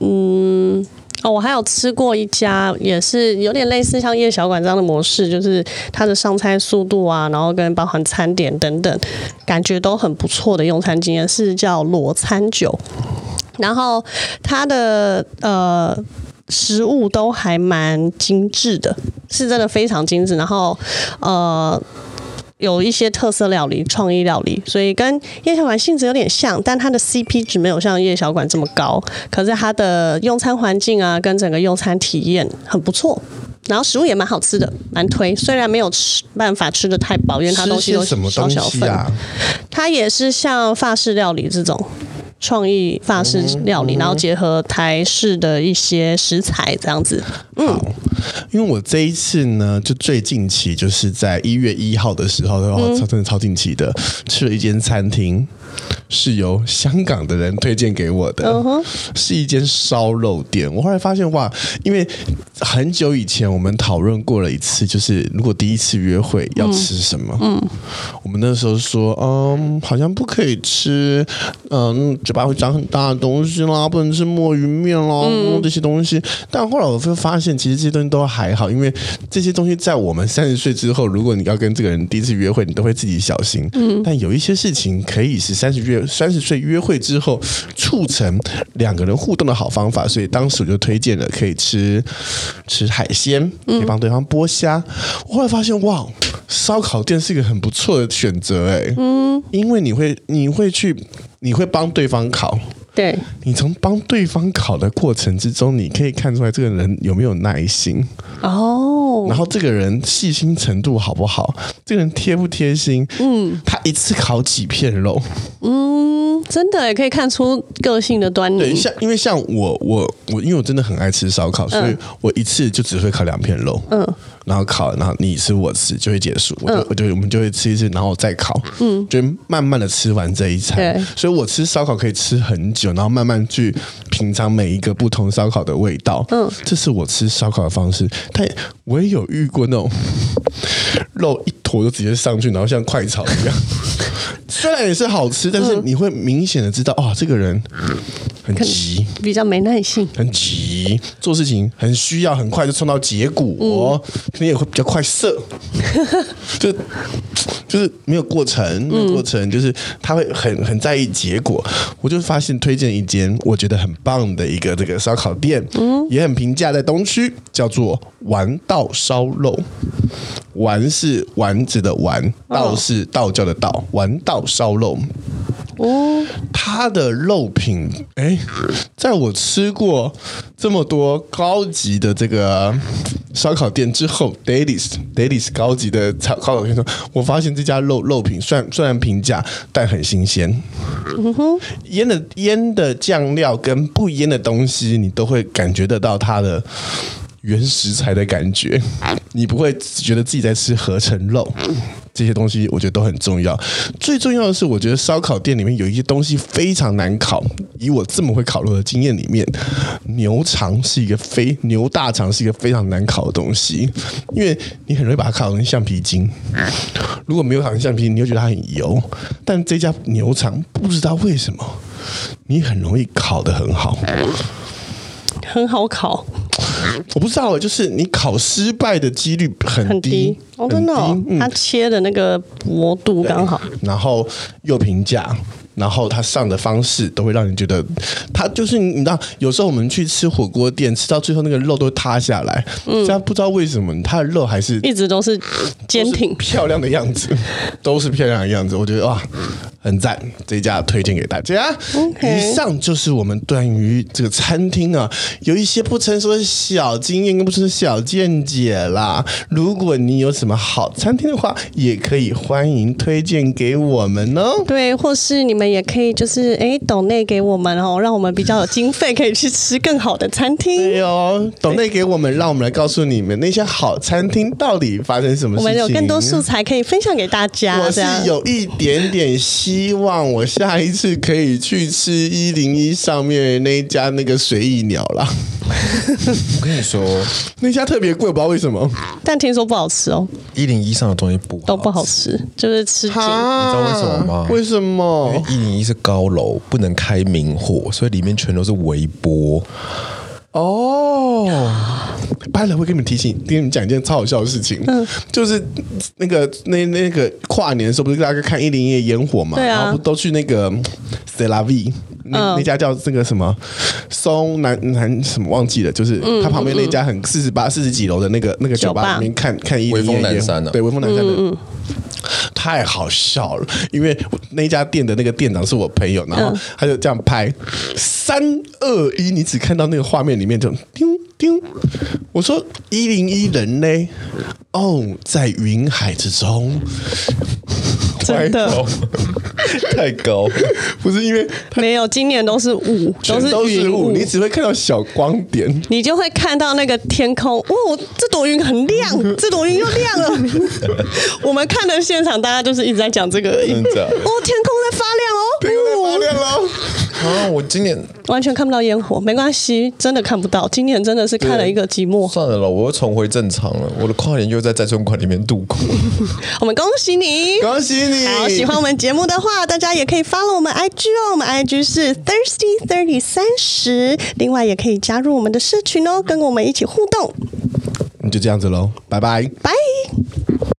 B: 嗯。哦，我还有吃过一家，也是有点类似像夜小馆这样的模式，就是它的上菜速度啊，然后跟包含餐点等等，感觉都很不错的用餐经验，是叫裸餐酒。然后它的呃食物都还蛮精致的，是真的非常精致。然后呃。有一些特色料理、创意料理，所以跟夜小馆性质有点像，但它的 CP 值没有像夜小馆这么高。可是它的用餐环境啊，跟整个用餐体验很不错，然后食物也蛮好吃的，蛮推。虽然没有吃办法吃的太饱，因为它东西
C: 吃
B: 都
C: 些什么
B: 小
C: 东
B: 小
C: 西
B: 份
C: 啊？
B: 它也是像法式料理这种创意法式料理，然后结合台式的一些食材这样子。
C: 因为我这一次呢，就最近期就是在一月一号的时候，然后超真的超近期的，去了一间餐厅，是由香港的人推荐给我的，是一间烧肉店。我后来发现哇，因为很久以前我们讨论过了一次，就是如果第一次约会要吃什么，嗯，我们那时候说，嗯，好像不可以吃，嗯，嘴巴会长很大的东西啦，不能吃墨鱼面啦，这些东西。但后来我会发现，其实这些东西都还好，因为这些东西在我们三十岁之后，如果你要跟这个人第一次约会，你都会自己小心。嗯，但有一些事情可以是三十月三十岁约会之后促成两个人互动的好方法，所以当时我就推荐了可以吃吃海鲜，可以帮对方剥虾。我后来发现，哇，烧烤店是一个很不错的选择，哎，嗯，因为你会你会去你会帮对方烤。
B: 对，
C: 你从帮对方烤的过程之中，你可以看出来这个人有没有耐心，
B: 哦，
C: 然后这个人细心程度好不好，这个人贴不贴心。嗯，他一次烤几片肉？
B: 嗯，真的也可以看出个性的端
C: 对，
B: 倪。
C: 像因为像我我我，因为我真的很爱吃烧烤，所以我一次就只会烤两片肉。嗯，然后烤，然后你吃我吃就会结束，我就、我就我们就会吃一次，然后再烤，嗯，就慢慢的吃完这一餐
B: 对。
C: 所以我吃烧烤可以吃很久，然后慢慢去品尝每一个不同烧烤的味道。嗯，这是我吃烧烤的方式，但我也有遇过那种。 肉一坨就直接上去，然后像快炒一样。虽然也是好吃，但是你会明显的知道，哇、这个人很急，
B: 比较没耐性。
C: 很急，做事情很需要很快就冲到结果，肯定也会比较快射，就就是没有过程，没有过程，就是他会很很在意结果。我就发现推荐一间我觉得很棒的一个这个烧烤店，也很平价，在东区，叫做丸道烧肉。丸是丸子的丸，道是道教的道，丸道烧肉。
B: 哦，
C: 它的肉品，哎，在我吃过这么多高级的这个烧烤店之后，Dailies Dailies 高级的烧烤店中，我发现这家肉肉品虽然虽然平价，但很新鲜。腌的腌的酱料跟不腌的东西，你都会感觉得到它的原食材的感觉，你不会觉得自己在吃合成肉。这些东西我觉得都很重要。最重要的是，我觉得烧烤店里面有一些东西非常难烤。以我这么会烤肉的经验里面，牛肠是一个非牛大肠是一个非常难烤的东西，因为你很容易把它烤成橡皮筋。如果没有烤成橡皮，你就觉得它很油。但这家牛肠不知道为什么，你很容易烤得很好。
B: 很好烤，
C: 我不知道，就是你烤失败的几率很低，
B: 很低哦，真的、哦
C: 很低，嗯
B: 它切的那个薄度刚好。
C: 然后又平价，然后它上的方式都会让你觉得，它就是你知道，有时候我们去吃火锅店，吃到最后那个肉都塌下来，嗯，但不知道为什么它的肉还是
B: 一直都是坚挺，
C: 漂亮的样子，都是漂亮的样子，我觉得哇，很赞，这一家推荐给大家。
B: OK
C: 以上就是我们对于这个餐厅啊，有一些不成熟的小经验跟不成熟的小见解啦。如果你有什么好餐厅的话，也可以欢迎推荐给我们哦。
B: 对，或是你们也可以就是哎，懂内给我们哦，让我们比较有经费可以去吃更好的餐
C: 对
B: 厅。
C: 哦，懂内给我们，让我们来告诉你们那些好餐厅到底发生什么
B: 我
C: 事情。
B: 们有更多素材可以分享给大家，
C: 我
B: 这
C: 是
B: 样
C: 有一点点希望，我下一次可以去吃一零一上面那一家那个随意鸟啦，
A: 我跟你说，
C: 那家特别贵，我不知道为什么。
B: 但听说不好吃哦，
A: 一零一上的东西不好
B: 都不好吃，就是
A: 你
B: 吃紧。
A: 知道为什么吗
C: 为什么？
A: 一零一是高楼，不能开明火，所以里面全都是微波。
C: 哦，拜了，会跟你们提醒，跟你们讲一件超好笑的事情，
B: 嗯
C: 就是那个那那个跨年的时候，不是大家看一零一烟火嘛，
B: 对啊
C: 然后不都去那个 s e l a V 那、
B: 嗯
C: 那家叫这个什么松南南什么忘记了，就是它旁边那家很四十八四十几楼的那个那个
B: 嗯
C: 酒
B: 酒
C: 吧
B: 吧嗯
C: 里面看看一零
A: 微
C: 一
A: 风
C: 烟
A: 南山
C: 火，
A: 啊
C: 对，微风南山的。太好笑了，因为那家店的那个店长是我朋友，然
B: 嗯
C: 后他就这样拍三二一，你只看到那个画面里面就丢丢。我说一零一人呢？哦，在云海之中，
B: 真的
C: 太高，
A: 太高，
C: 不是因为
B: 没有，今年都是雾，
C: 全都是
B: 云
C: 雾，你只会看到小光 点。
B: 你就会看到那个天空，哦，这朵云很 亮，这朵云又亮了。我们看的现场，大家就是一直在讲这个而已。
A: 真的
B: 哦，天空在发亮哦，
C: 发亮了，
A: 啊！我今年
B: 完全看不到烟火，没关系，真的看不到。今年真的是看了一个寂寞。
A: 算了了，我又重回正常了。我的跨年又在在春馆里面度过。
B: 我们恭喜你！
C: 恭喜你！
B: 好，喜欢我们节目的话，大家也可以 follow 我们 IG 哦，我们 IG 是 thirsty thirty 三十，另外也可以加入我们的社群哦，跟我们一起互动。
C: 你就这样子喽，拜拜。
B: 拜。